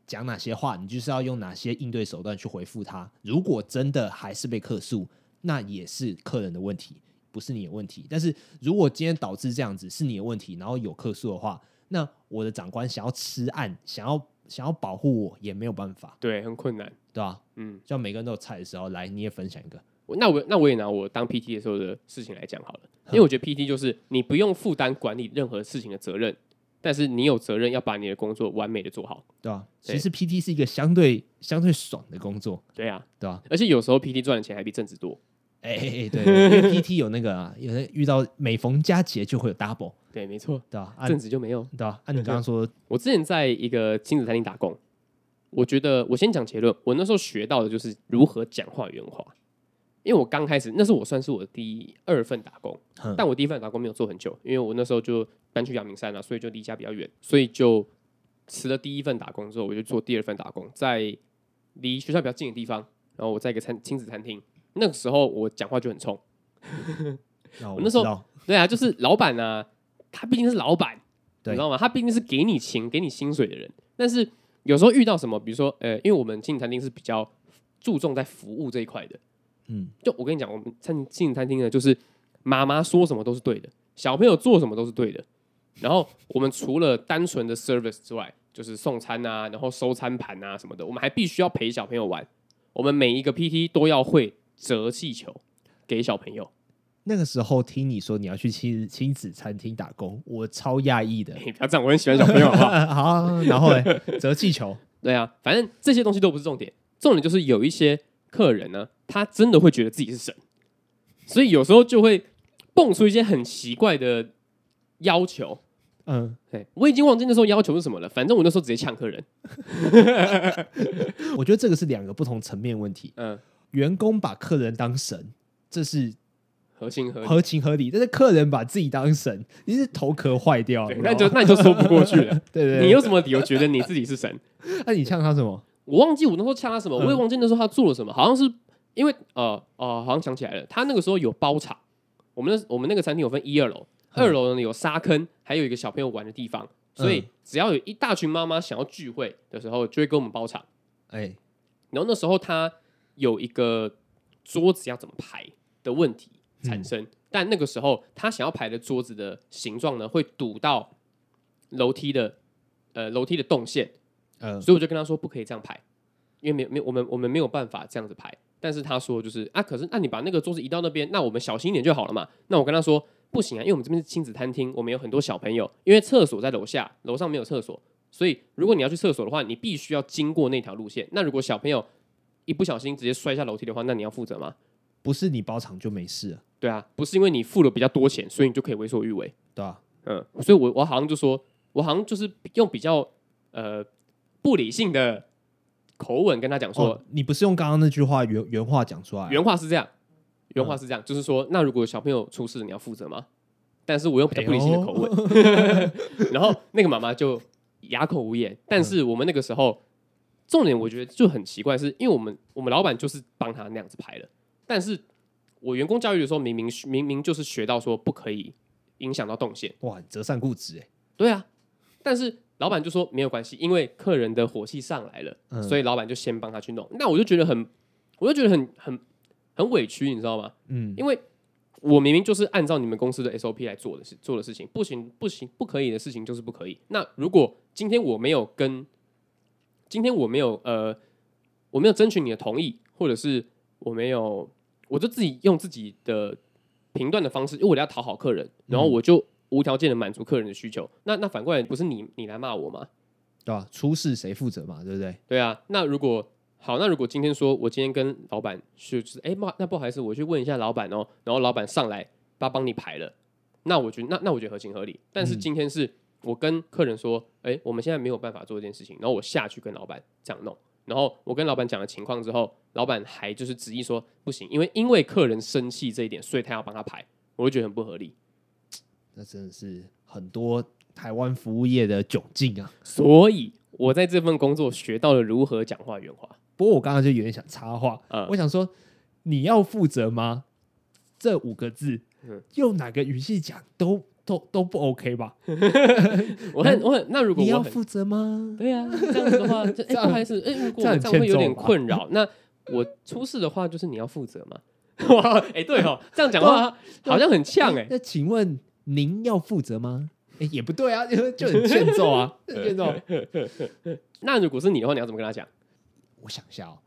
Speaker 1: 讲哪些话，你就是要用哪些应对手段去回复他，如果真的还是被客诉，那也是客人的问题，不是你的问题，但是如果今天导致这样子是你的问题，然后有客诉的话，那我的长官想要吃案，想要想要保护我也没有办法，
Speaker 2: 对，很困难。
Speaker 1: 对吧、
Speaker 2: 嗯，
Speaker 1: 像每个人都有菜的时候，来你也分享一个。
Speaker 2: 我那我那我也拿我当 PT 的时候的事情来讲好了，因为我觉得 PT 就是你不用负担管理任何事情的责任，但是你有责任要把你的工作完美的做好。
Speaker 1: 对吧？
Speaker 2: 对
Speaker 1: 其实 PT 是一个相对相对爽的工作，
Speaker 2: 对啊，
Speaker 1: 对吧？
Speaker 2: 而且有时候 PT 赚的钱还比正职多。
Speaker 1: 哎哎哎，对，因为 PT 有那个啊，有那遇到每逢佳节就会有 double，
Speaker 2: 对，没错，
Speaker 1: 对吧？啊，
Speaker 2: 正
Speaker 1: 对
Speaker 2: 职就没有。
Speaker 1: 吧？啊按你刚刚说，
Speaker 2: 我之前在一个亲子餐厅打工，我觉得我先讲结论，我那时候学到的就是如何讲话原话。因为我刚开始，那是我算是我第二份打工，
Speaker 1: 哼
Speaker 2: 但我第一份打工没有做很久，因为我那时候就搬去阳明山了、啊所以就离家比较远，所以就辞了第一份打工之后，我就做第二份打工，在离学校比较近的地方，然后我在一个餐亲子餐厅，那个时候我讲话就很冲，
Speaker 1: 那
Speaker 2: 我那时
Speaker 1: 哦知
Speaker 2: 候
Speaker 1: 道
Speaker 2: 对啊，就是老板啊，他毕竟是老板，你
Speaker 1: 对
Speaker 2: 知道吗？他毕竟是给你钱、给你薪水的人。但是有时候遇到什么，比如说，呃，因为我们进餐厅是比较注重在服务这一块的。
Speaker 1: 嗯，
Speaker 2: 就我跟你讲，我们餐进餐厅呢，就是妈妈说什么都是对的，小朋友做什么都是对的。然后我们除了单纯的 service 之外，就是送餐啊，然后收餐盘啊什么的，我们还必须要陪小朋友玩。我们每一个 PT 都要会折气球给小朋友。
Speaker 1: 那个时候听你说你要去亲亲子餐厅打工，我超讶异的。
Speaker 2: 你不要这样，我很喜欢小朋友，好不好？
Speaker 1: 好，然后 嘞，折气球，
Speaker 2: 对啊，反正这些东西都不是重点，重点就是有一些客人呢，他真的会觉得自己是神，所以有时候就会蹦出一些很奇怪的要求。
Speaker 1: 嗯，
Speaker 2: 对，我已经忘记那时候要求是什么了，反正我那时候直接呛客人。
Speaker 1: 我觉得这个是两个不同层面问题。
Speaker 2: 嗯，
Speaker 1: 员工把客人当神，这是
Speaker 2: 合情合理。
Speaker 1: 合情合理，但是客人把自己当神，你是头壳坏掉，
Speaker 2: 对，
Speaker 1: 你知道
Speaker 2: 那
Speaker 1: 吗
Speaker 2: 就那你就说不过去了。
Speaker 1: 对哦对对，
Speaker 2: 你有什么理由觉得你自己是神？
Speaker 1: 那你呛他什么？
Speaker 2: 我忘记我那时候呛他什么，
Speaker 1: 嗯
Speaker 2: 我也忘记那时候他做了什么，好像是因为呃呃，好像想起来了，他那个时候有包场，我们那我们那个餐厅有分一二楼，
Speaker 1: 嗯
Speaker 2: 二楼呢有沙坑，还有一个小朋友玩的地方，所以
Speaker 1: 嗯
Speaker 2: 只要有一大群妈妈想要聚会的时候，就会跟我们包场。
Speaker 1: 哎，
Speaker 2: 然后那时候他有一个桌子要怎么排的问题产
Speaker 1: 嗯
Speaker 2: 生，但那个时候他想要排的桌子的形状呢，会堵到楼梯的呃楼梯的动线，
Speaker 1: 呃，
Speaker 2: 所以我就跟他说不可以这样排，因为没没我们我们没有办法这样子排。但是他说就是啊，可是那你把那个桌子移到那边，那我们小心一点就好了嘛。那我跟他说不行啊，因为我们这边是亲子餐厅，我们有很多小朋友，因为厕所在楼下，楼上没有厕所，所以如果你要去厕所的话，你必须要经过那条路线。那如果小朋友一不小心直接摔下楼梯的话，那你要负责吗？
Speaker 1: 不是你包场就没事了，
Speaker 2: 对啊，不是因为你付了比较多钱，所以你就可以为所欲为。
Speaker 1: 对吧、
Speaker 2: 嗯，所以我我好像就说，我好像就是用比较呃不理性的口吻跟他讲说，
Speaker 1: 哦，你不是用刚刚那句话原原话讲出来啊、
Speaker 2: 原话是这样，原话是这样，就是说，那如果小朋友出事， 你要负责吗？但是我用比较不理性的口吻，然后那个妈妈就哑口无言。但是我们那个时候，重点我觉得就很奇怪是，因为我们我们老板就是帮他那样子排的，但是我员工教育的时候，明明明明就是学到说不可以影响到动线，
Speaker 1: 哇，你折扇固执哎，
Speaker 2: 对啊，但是老板就说没有关系，因为客人的火气上来了，
Speaker 1: 嗯
Speaker 2: 所以老板就先帮他去弄。那我就觉得很，我就觉得很很很委屈，你知道吗？
Speaker 1: 嗯，
Speaker 2: 因为我明明就是按照你们公司的 SOP 来做的事做的事情，不行不行不可以的事情就是不可以。那如果今天我没有跟，今天我没有呃，我没有争取你的同意，或者是我没有，我就自己用自己的评断的方式，因为我要讨好客人，然后我就无条件的满足客人的需求。那那反过来不是你你来骂我吗？
Speaker 1: 对吧？出事谁负责嘛，对不对？
Speaker 2: 对啊，那如果好，那如果今天说我今天跟老板是就是，哎，那那不好意思，我去问一下老板哦，然后老板上来他帮你排了，那我觉得那那我觉得合情合理。但是今天是我跟客人说，哎，我们现在没有办法做这件事情，然后我下去跟老板这样弄，然后我跟老板讲了情况之后，老板还就是执意说不行，因为因为客人生气这一点，所以他要帮他排，我就觉得很不合理。
Speaker 1: 那真的是很多台湾服务业的窘境啊。
Speaker 2: 所以我在这份工作学到了如何讲话原话。
Speaker 1: 不过我刚刚就有点想插话，
Speaker 2: 嗯
Speaker 1: 我想说你要负责吗？这五个字
Speaker 2: 嗯，
Speaker 1: 用哪个语气讲都都都不 OK 吧？
Speaker 2: 我很我很那如果
Speaker 1: 你
Speaker 2: 我
Speaker 1: 要
Speaker 2: 很
Speaker 1: 负责吗？
Speaker 2: 对啊，这样子的话， 就哎、
Speaker 1: 这样
Speaker 2: 不好意思，哎、如果
Speaker 1: 这
Speaker 2: 我
Speaker 1: 样
Speaker 2: 这样会有
Speaker 1: 欠
Speaker 2: 点
Speaker 1: 揍吧
Speaker 2: 困扰，那我出事的话，就是你要负责嘛。 哇，哎、对哦，这样讲话
Speaker 1: 对啊
Speaker 2: 好像很呛哎、
Speaker 1: 那请问您要负责吗？哎，也不对啊， 就就很欠揍啊， 就很欠揍。
Speaker 2: 那如果是你的话，你要怎么跟他讲？
Speaker 1: 我想一下哦，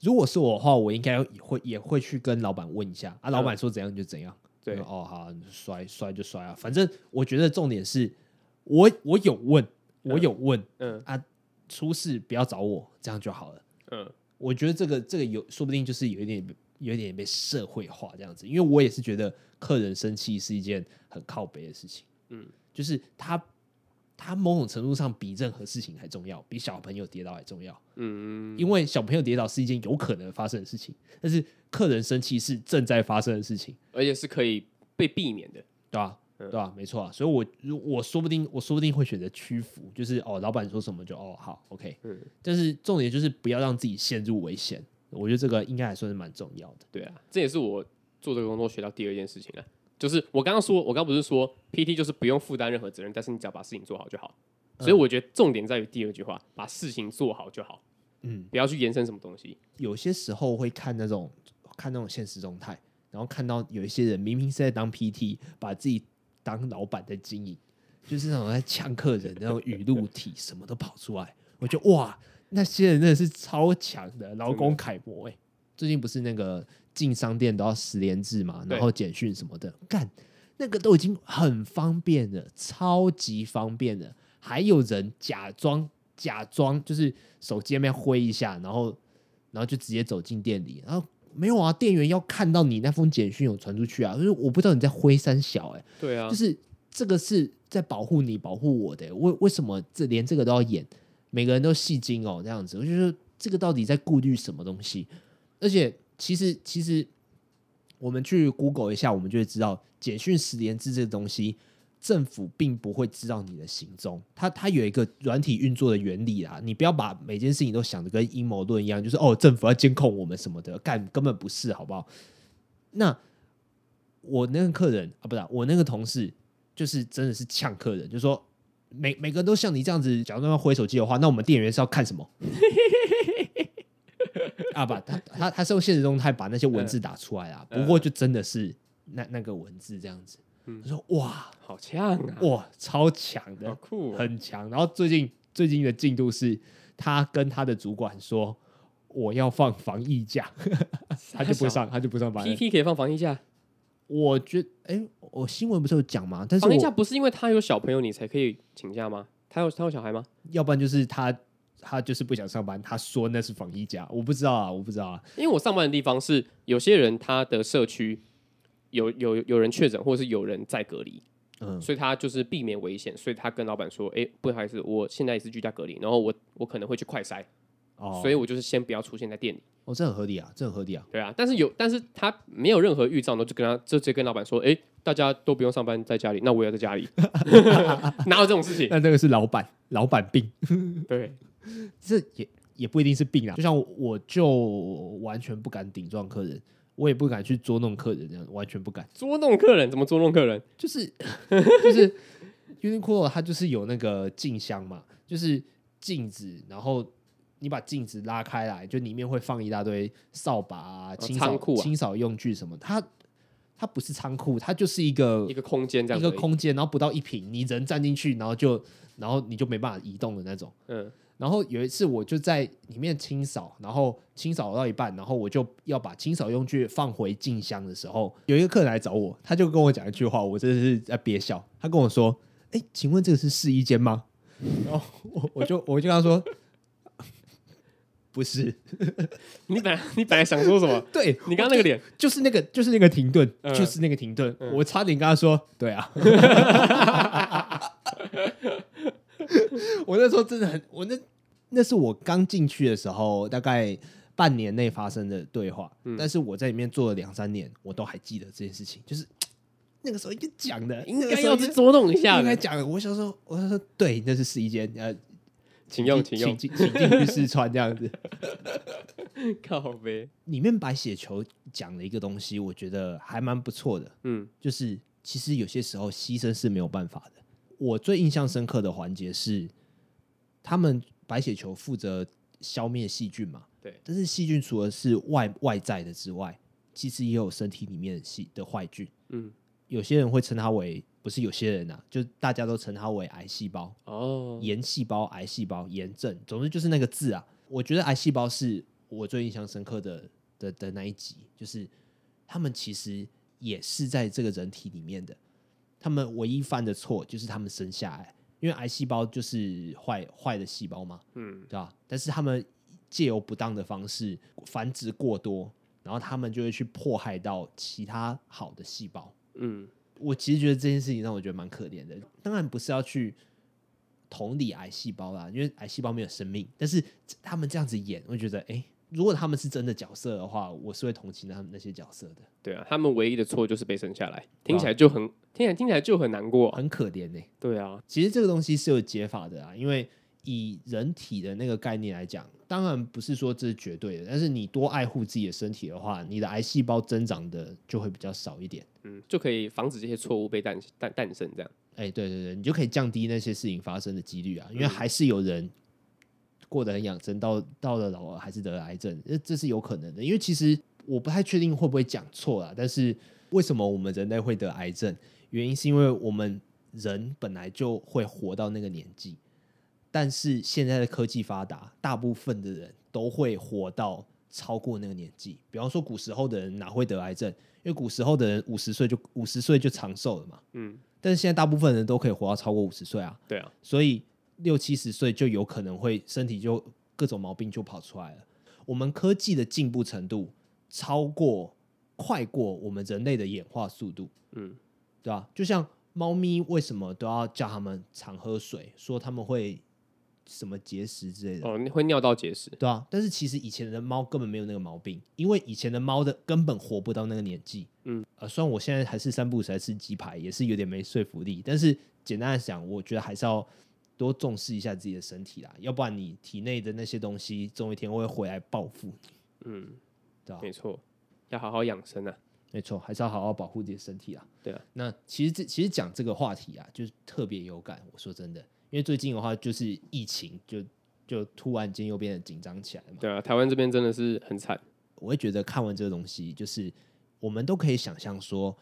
Speaker 1: 如果是我的话，我应该也会也会去跟老板问一下啊，老板说怎样就怎样。
Speaker 2: 对
Speaker 1: 嗯哦，好，你摔摔就摔啊，反正我觉得重点是我我有问，我有问，啊
Speaker 2: 嗯
Speaker 1: 出事不要找我，这样就好了。
Speaker 2: 嗯，
Speaker 1: 我觉得这个这个有说不定就是有一点有一点被社会化这样子，因为我也是觉得客人生气是一件很靠北的事情。
Speaker 2: 嗯，
Speaker 1: 就是他他某种程度上比任何事情还重要，比小朋友跌倒还重要。
Speaker 2: 嗯，
Speaker 1: 因为小朋友跌倒是一件有可能发生的事情，但是客人生气是正在发生的事情，
Speaker 2: 而且是可以被避免的。
Speaker 1: 对吧？
Speaker 2: 嗯
Speaker 1: 对吧？没错啊，所以我如我说不定我说不定会选择屈服，就是哦，老板说什么就哦好，OK，
Speaker 2: 嗯，
Speaker 1: 但是重点就是不要让自己陷入危险，我觉得这个应该还算是蛮重要的。
Speaker 2: 对啊，这也是我做这个工作学到第二件事情了，就是我刚刚说，我刚刚不是说 PT 就是不用负担任何责任，但是你只要把事情做好就好。
Speaker 1: 嗯
Speaker 2: 所以我觉得重点在于第二句话，把事情做好就好，
Speaker 1: 嗯，
Speaker 2: 不要去延伸什么东西。
Speaker 1: 有些时候会看那种看那种现实动态，然后看到有一些人明明是在当 PT，把自己当老板在经营，就是那种在呛客人那种语录体，什么都跑出来。我觉得哇，那些人真的是超强的劳工楷模哎、最近不是那个进商店都要十连制嘛，
Speaker 2: 对
Speaker 1: 然后简讯什么的，干那个都已经很方便了，超级方便了。还有人假装假装就是手机那边挥一下，然后然后就直接走进店里，然后没有啊，店员要看到你那封简讯有传出去啊，就是我不知道你在挥三小哎、
Speaker 2: 对啊，
Speaker 1: 就是这个是在保护你、保护我的、欸为为什么这连这个都要演？每个人都戏精哦，这样子，我就说这个到底在顾虑什么东西？而且其实其实我们去 Google 一下，我们就会知道简讯十连制这个东西。政府并不会知道你的行踪，它它有一个软体运作的原理啦。你不要把每件事情都想的跟阴谋论一样，就是哦，政府要监控我们什么的，干根本不是，好不好？那我那个客人啊，不是啊、我那个同事，就是真的是呛客人，就说每每个人都像你这样子，假装要挥手机的话，那我们店员是要看什么？ 啊吧，他他他是用现实动态把那些文字打出来啊，
Speaker 2: 嗯
Speaker 1: 不过就真的是那那个文字这样子。
Speaker 2: 嗯
Speaker 1: 他说哇
Speaker 2: 好呛啊，
Speaker 1: 哇，超强
Speaker 2: 好
Speaker 1: 的，
Speaker 2: 酷哦、
Speaker 1: 很强。然后最近最近的进度是，他跟他的主管说我要放防疫假， 他就不上，他就不上班了。
Speaker 2: PT 可以放防疫假，
Speaker 1: 我觉得，哎、我新闻不是有讲嘛？但是
Speaker 2: 防疫
Speaker 1: 我
Speaker 2: 假不是因为他有小朋友你才可以请假吗？他有他有小孩吗？
Speaker 1: 要不然就是他他就是不想上班，他说那是防疫假，我不知道啊，我不知道啊。
Speaker 2: 因为我上班的地方是有些人他的社区有有有人确诊，或是有人在隔离，
Speaker 1: 嗯
Speaker 2: 所以他就是避免危险，所以他跟老板说：“哎、不好意思，我现在也是居家隔离，然后我我可能会去快筛，
Speaker 1: 哦，
Speaker 2: 所以我就是先不要出现在店里。
Speaker 1: 哦，这很合理啊，这很合理啊。
Speaker 2: 对啊，但是有，但是他没有任何预兆呢，就跟他就直接跟老板说，哎，大家都不用上班，在家里，那我也要在家里， 哪有这种事情？
Speaker 1: 那那个是老板，老板病，
Speaker 2: 对，
Speaker 1: 这也也不一定是病啊。就像我，我就完全不敢顶撞客人，我也不敢去捉弄客人，这样完全不敢。
Speaker 2: 捉弄客人怎么捉弄客人？
Speaker 1: 就是 就是 Uniqlo 它就是有那个镜箱嘛，就是镜子，然后你把镜子拉开来，就里面会放一大堆扫把啊、清扫、
Speaker 2: 仓库啊
Speaker 1: 清扫用具什么。它它不是仓库，它就是一个
Speaker 2: 一个空间这样
Speaker 1: 一
Speaker 2: 子而
Speaker 1: 个
Speaker 2: 已，
Speaker 1: 空间，然后不到一平，你人站进去，然后就然后你就没办法移动的那种。
Speaker 2: 嗯，
Speaker 1: 然后有一次我就在里面清扫，然后清扫到一半，然后我就要把清扫用具放回静箱的时候，有一个客人来找我，他就跟我讲一句话，我真的是在憋笑。他跟我说：“哎，请问这个是试衣间吗？” 然后我我就我就跟他说：“不是，
Speaker 2: 你本来 你本来想说什么？
Speaker 1: 对
Speaker 2: 你刚刚那 个脸，
Speaker 1: 就是那个就是那个停顿，
Speaker 2: 嗯
Speaker 1: 就是那个停顿。我差点跟他说：“对 啊。”我那时候真的很，我那那是我刚进去的时候，大概半年内发生的对话。
Speaker 2: 嗯
Speaker 1: 但是我在里面做了两三年，我都还记得这件事情，就是那个时候应该讲的，
Speaker 2: 应
Speaker 1: 那个
Speaker 2: 该
Speaker 1: 时候
Speaker 2: 要去捉弄一下
Speaker 1: 应该
Speaker 2: 的，
Speaker 1: 讲的。我想说，我想说，对，那是试衣间，呃，
Speaker 2: 请用，请
Speaker 1: 请
Speaker 2: 用，
Speaker 1: 进请进去试穿这样子。
Speaker 2: 靠呗，
Speaker 1: 里面白血球讲了一个东西，我觉得还蛮不错的。
Speaker 2: 嗯
Speaker 1: 就是其实有些时候牺牲是没有办法的。我最印象深刻的环节是，他们白血球负责消灭细菌嘛，
Speaker 2: 对
Speaker 1: 但是细菌除了是外外在的之外，其实也有身体里面的细的坏菌。
Speaker 2: 嗯，
Speaker 1: 有些人会称它为，不是有些人啊，就大家都称它为癌细胞。
Speaker 2: 哦，
Speaker 1: 炎细胞、癌细胞、炎症，总之就是那个字啊。我觉得癌细胞是我最印象深刻的的的那一集，就是他们其实也是在这个人体里面的，他们唯一犯的错就是他们生下来，因为癌细胞就是坏坏的细胞嘛，
Speaker 2: 嗯，
Speaker 1: 对吧？但是他们借由不当的方式繁殖过多，然后他们就会去迫害到其他好的细胞。
Speaker 2: 嗯，
Speaker 1: 我其实觉得这件事情让我觉得蛮可怜的。当然不是要去同理癌细胞啦，因为癌细胞没有生命，但是这他们这样子演，我觉得，哎、如果他们是真的角色的话，我是会同情他们那些角色的，
Speaker 2: 对啊，他们唯一的错就是被生下来，
Speaker 1: 啊
Speaker 2: 听起来就很听起来听起来就很难过啊，
Speaker 1: 很可怜呢、
Speaker 2: 对啊，
Speaker 1: 其实这个东西是有解法的啊，因为以人体的那个概念来讲，当然不是说这是绝对的，但是你多爱护自己的身体的话，你的癌细胞增长的就会比较少一点。
Speaker 2: 嗯，就可以防止这些错误被诞诞诞生这样。
Speaker 1: 哎、对对对，你就可以降低那些事情发生的几率啊，因为还是有人过得很养生，到到了老了还是得了癌症，这这是有可能的。因为其实我不太确定会不会讲错啦，但是为什么我们人类会得癌症？原因是因为我们人本来就会活到那个年纪，但是现在的科技发达，大部分的人都会活到超过那个年纪。比方说，古时候的人哪会得癌症？因为古时候的人五十岁就五十岁就长寿了嘛。
Speaker 2: 嗯，
Speaker 1: 但是现在大部分人都可以活到超过五十岁啊，
Speaker 2: 对啊，
Speaker 1: 所以六七十岁就有可能会身体就各种毛病就跑出来了。我们科技的进步程度超过快过我们人类的演化速度，
Speaker 2: 嗯，
Speaker 1: 对吧、就像猫咪为什么都要叫它们常喝水，说它们会什么结石之类的，
Speaker 2: 哦，你会尿道结石，
Speaker 1: 对啊，但是其实以前的猫根本没有那个毛病，因为以前的猫的根本活不到那个年纪。
Speaker 2: 嗯，
Speaker 1: 呃，虽然我现在还是三不五时来吃鸡排，也是有点没说服力，但是简单的讲，我觉得还是要多重视一下自己的身体啦，要不然你体内的那些东西，总有一天会回来报复你。
Speaker 2: 嗯，
Speaker 1: 对啊
Speaker 2: 没错，要好好养生啊。
Speaker 1: 没错，还是要好好保护自己的身体啊。
Speaker 2: 对啊，
Speaker 1: 那其实这其实讲这个话题啊，就是特别有感。我说真的，因为最近的话就是疫情就，就突然间又变得紧张起来嘛。
Speaker 2: 对啊，台湾这边真的是很惨。
Speaker 1: 我会觉得看完这个东西，就是我们都可以想象说，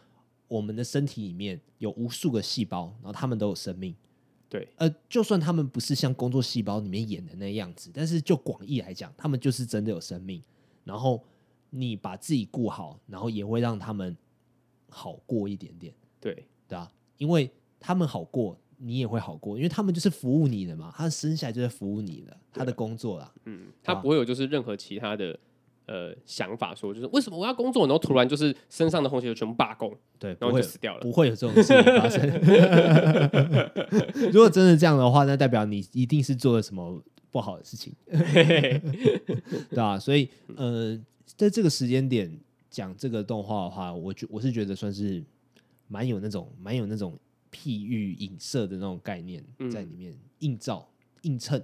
Speaker 1: 我们的身体里面有无数个细胞，然后它们都有生命。
Speaker 2: 对，
Speaker 1: 呃，就算它们不是像工作细胞里面演的那样子，但是就广义来讲，它们就是真的有生命。然后你把自己顾好，然后也会让他们好过一点点，
Speaker 2: 对，
Speaker 1: 对吧、因为他们好过，你也会好过，因为他们就是服务你的嘛，他生下来就是服务你的，
Speaker 2: 啊
Speaker 1: 他的工作啦。
Speaker 2: 嗯，他
Speaker 1: 哇
Speaker 2: 不会有就是任何其他的呃想法说，就是为什么我要工作，然后突然就是身上的红血球全部罢工，
Speaker 1: 对，
Speaker 2: 然
Speaker 1: 不
Speaker 2: 后
Speaker 1: 会
Speaker 2: 你就死掉了。
Speaker 1: 不会有这种事情 发生。如果真的这样的话，那代表你一定是做了什么不好的事 情，对啊，所以呃，在这个时间点讲这个动画的话，我觉我是觉得算是蛮有那种蛮有那种譬喻影射的那种概念
Speaker 2: 嗯
Speaker 1: 在里面，映照映衬。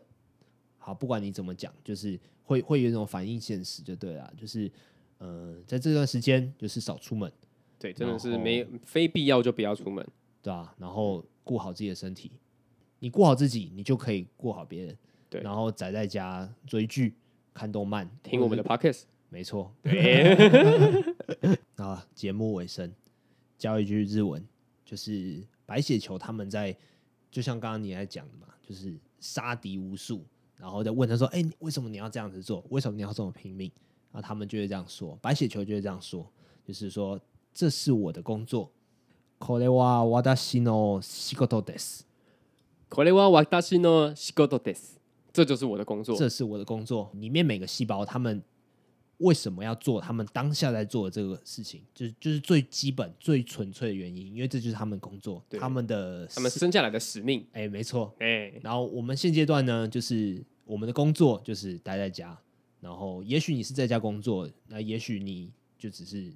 Speaker 1: 好，不管你怎么讲，就是会会有一种反映现实，就对了，啊就是呃，在这段时间就是少出门，
Speaker 2: 对，真的是
Speaker 1: 然后
Speaker 2: 没非必要就不要出门。
Speaker 1: 对吧、然
Speaker 2: 嗯
Speaker 1: 后顾好自己的身体，你顾好自己，你就可以顾好别人。
Speaker 2: 对
Speaker 1: 然后宅在家追剧、看动漫，
Speaker 2: 听我们的 podcast，
Speaker 1: 没错。
Speaker 2: 对，
Speaker 1: 那节目尾声教一句日文，就是白血球他们在，就像刚刚你在讲的嘛，就是杀敌无数，然后再问他说：“哎、你为什么你要这样子做？为什么你要这么拼命？”然后他们就会这样说，白血球就会这样说，就是说这是我的工作。これは私の仕事です。
Speaker 2: これは私の仕事です。这就是我的工作。
Speaker 1: 这是我的工作。里面每个细胞他们为什么要做他们当下在做的这个事情，就是就是最基本、最纯粹的原因，因为这就是他们工作，
Speaker 2: 对
Speaker 1: 他们的
Speaker 2: 他们
Speaker 1: 事
Speaker 2: 生下来的使命。
Speaker 1: 哎、没错。
Speaker 2: 哎、
Speaker 1: 然后我们现阶段呢，就是我们的工作就是待在家，然后也许你是在家工作，那也许你就只是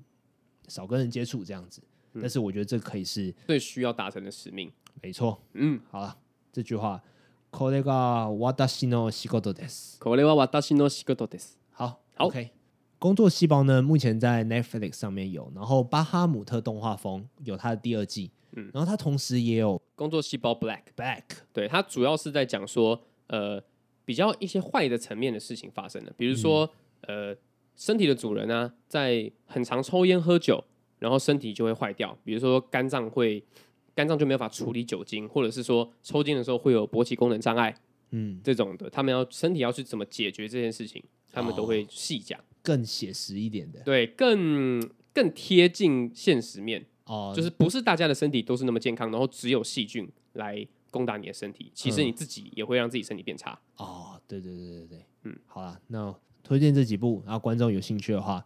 Speaker 1: 少跟人接触这样子。
Speaker 2: 嗯
Speaker 1: 但是我觉得这可以是
Speaker 2: 最需要达成的使命。
Speaker 1: 没错。
Speaker 2: 嗯，
Speaker 1: 好了，这句话，これが私の仕事です。
Speaker 2: これは私の仕事です。
Speaker 1: 好
Speaker 2: 好
Speaker 1: o k 工作细胞呢，目前在 Netflix 上面有，然后巴哈姆特动画风有它的第二季，
Speaker 2: 嗯
Speaker 1: 然后它同时也有
Speaker 2: 工作细胞 Black，
Speaker 1: Back，
Speaker 2: 对，它主要是在讲说，呃，比较一些坏的层面的事情发生了，比如说，呃，身体的主人呢、在很常抽烟喝酒，然后身体就会坏掉，比如说肝脏会，肝脏就没有办法处理酒精，或者是说抽筋的时候会有勃起功能障碍
Speaker 1: 嗯，
Speaker 2: 这种的，他们要身体要去怎么解决这件事情，他们都会细讲，
Speaker 1: 更写实一点的
Speaker 2: 对，更更贴近现实面。
Speaker 1: 哦，
Speaker 2: 就是不是大家的身体都是那么健康，然后只有细菌来攻打你的身体，其
Speaker 1: 嗯
Speaker 2: 实你自己也会让自己身体变差。
Speaker 1: 哦，对对对对对，
Speaker 2: 嗯
Speaker 1: 嗯，好啦，那推荐这几部，然后观众有兴趣的话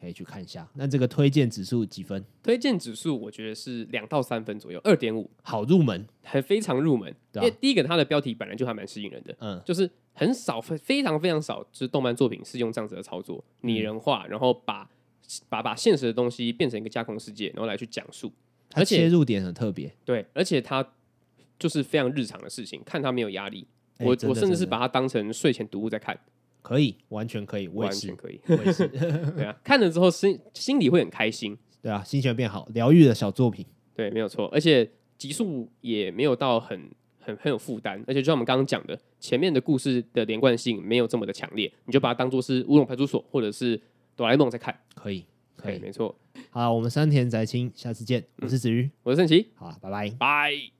Speaker 1: 可以去看一下。那这个推荐指数几分？
Speaker 2: 推荐指数我觉得是两到三分左右，二点五，
Speaker 1: 好入门，
Speaker 2: 还非常入门。
Speaker 1: 对
Speaker 2: 因
Speaker 1: 啊
Speaker 2: 为第一个它的标题本来就还蛮吸引人的，
Speaker 1: 嗯，
Speaker 2: 就是很少，非非常非常少，就是动漫作品是用这样子的操作，拟
Speaker 1: 嗯
Speaker 2: 人化，然后把把把现实的东西变成一个架空世界，然后来去讲述。
Speaker 1: 它
Speaker 2: 而且
Speaker 1: 切入点很特别，
Speaker 2: 对，而且它就是非常日常的事情，看它没有压力。
Speaker 1: 哎
Speaker 2: 我
Speaker 1: 真
Speaker 2: 我
Speaker 1: 的
Speaker 2: 甚至
Speaker 1: 真
Speaker 2: 是
Speaker 1: 的
Speaker 2: 把它当成睡前读物在看，
Speaker 1: 可以，完全可以，我
Speaker 2: 完
Speaker 1: 也
Speaker 2: 全
Speaker 1: 是，
Speaker 2: 可以。
Speaker 1: 我也是，
Speaker 2: 对啊，看了之后心心里会很开心，
Speaker 1: 对啊，心情会变好，疗愈的小作品，
Speaker 2: 对，没有错，而且集数也没有到很很很有负担，而且就像我们刚刚讲的，前面的故事的连贯性没有这么的强烈，你就把它当做是《乌龙派出所》或者是哆啦 A 梦在看，
Speaker 1: 可以，可
Speaker 2: 对，
Speaker 1: 以。
Speaker 2: 没错，
Speaker 1: 好，我们山田宅青，下次见，我是子瑜，啊
Speaker 2: 我是盛奇，
Speaker 1: 好，拜拜。
Speaker 2: 拜。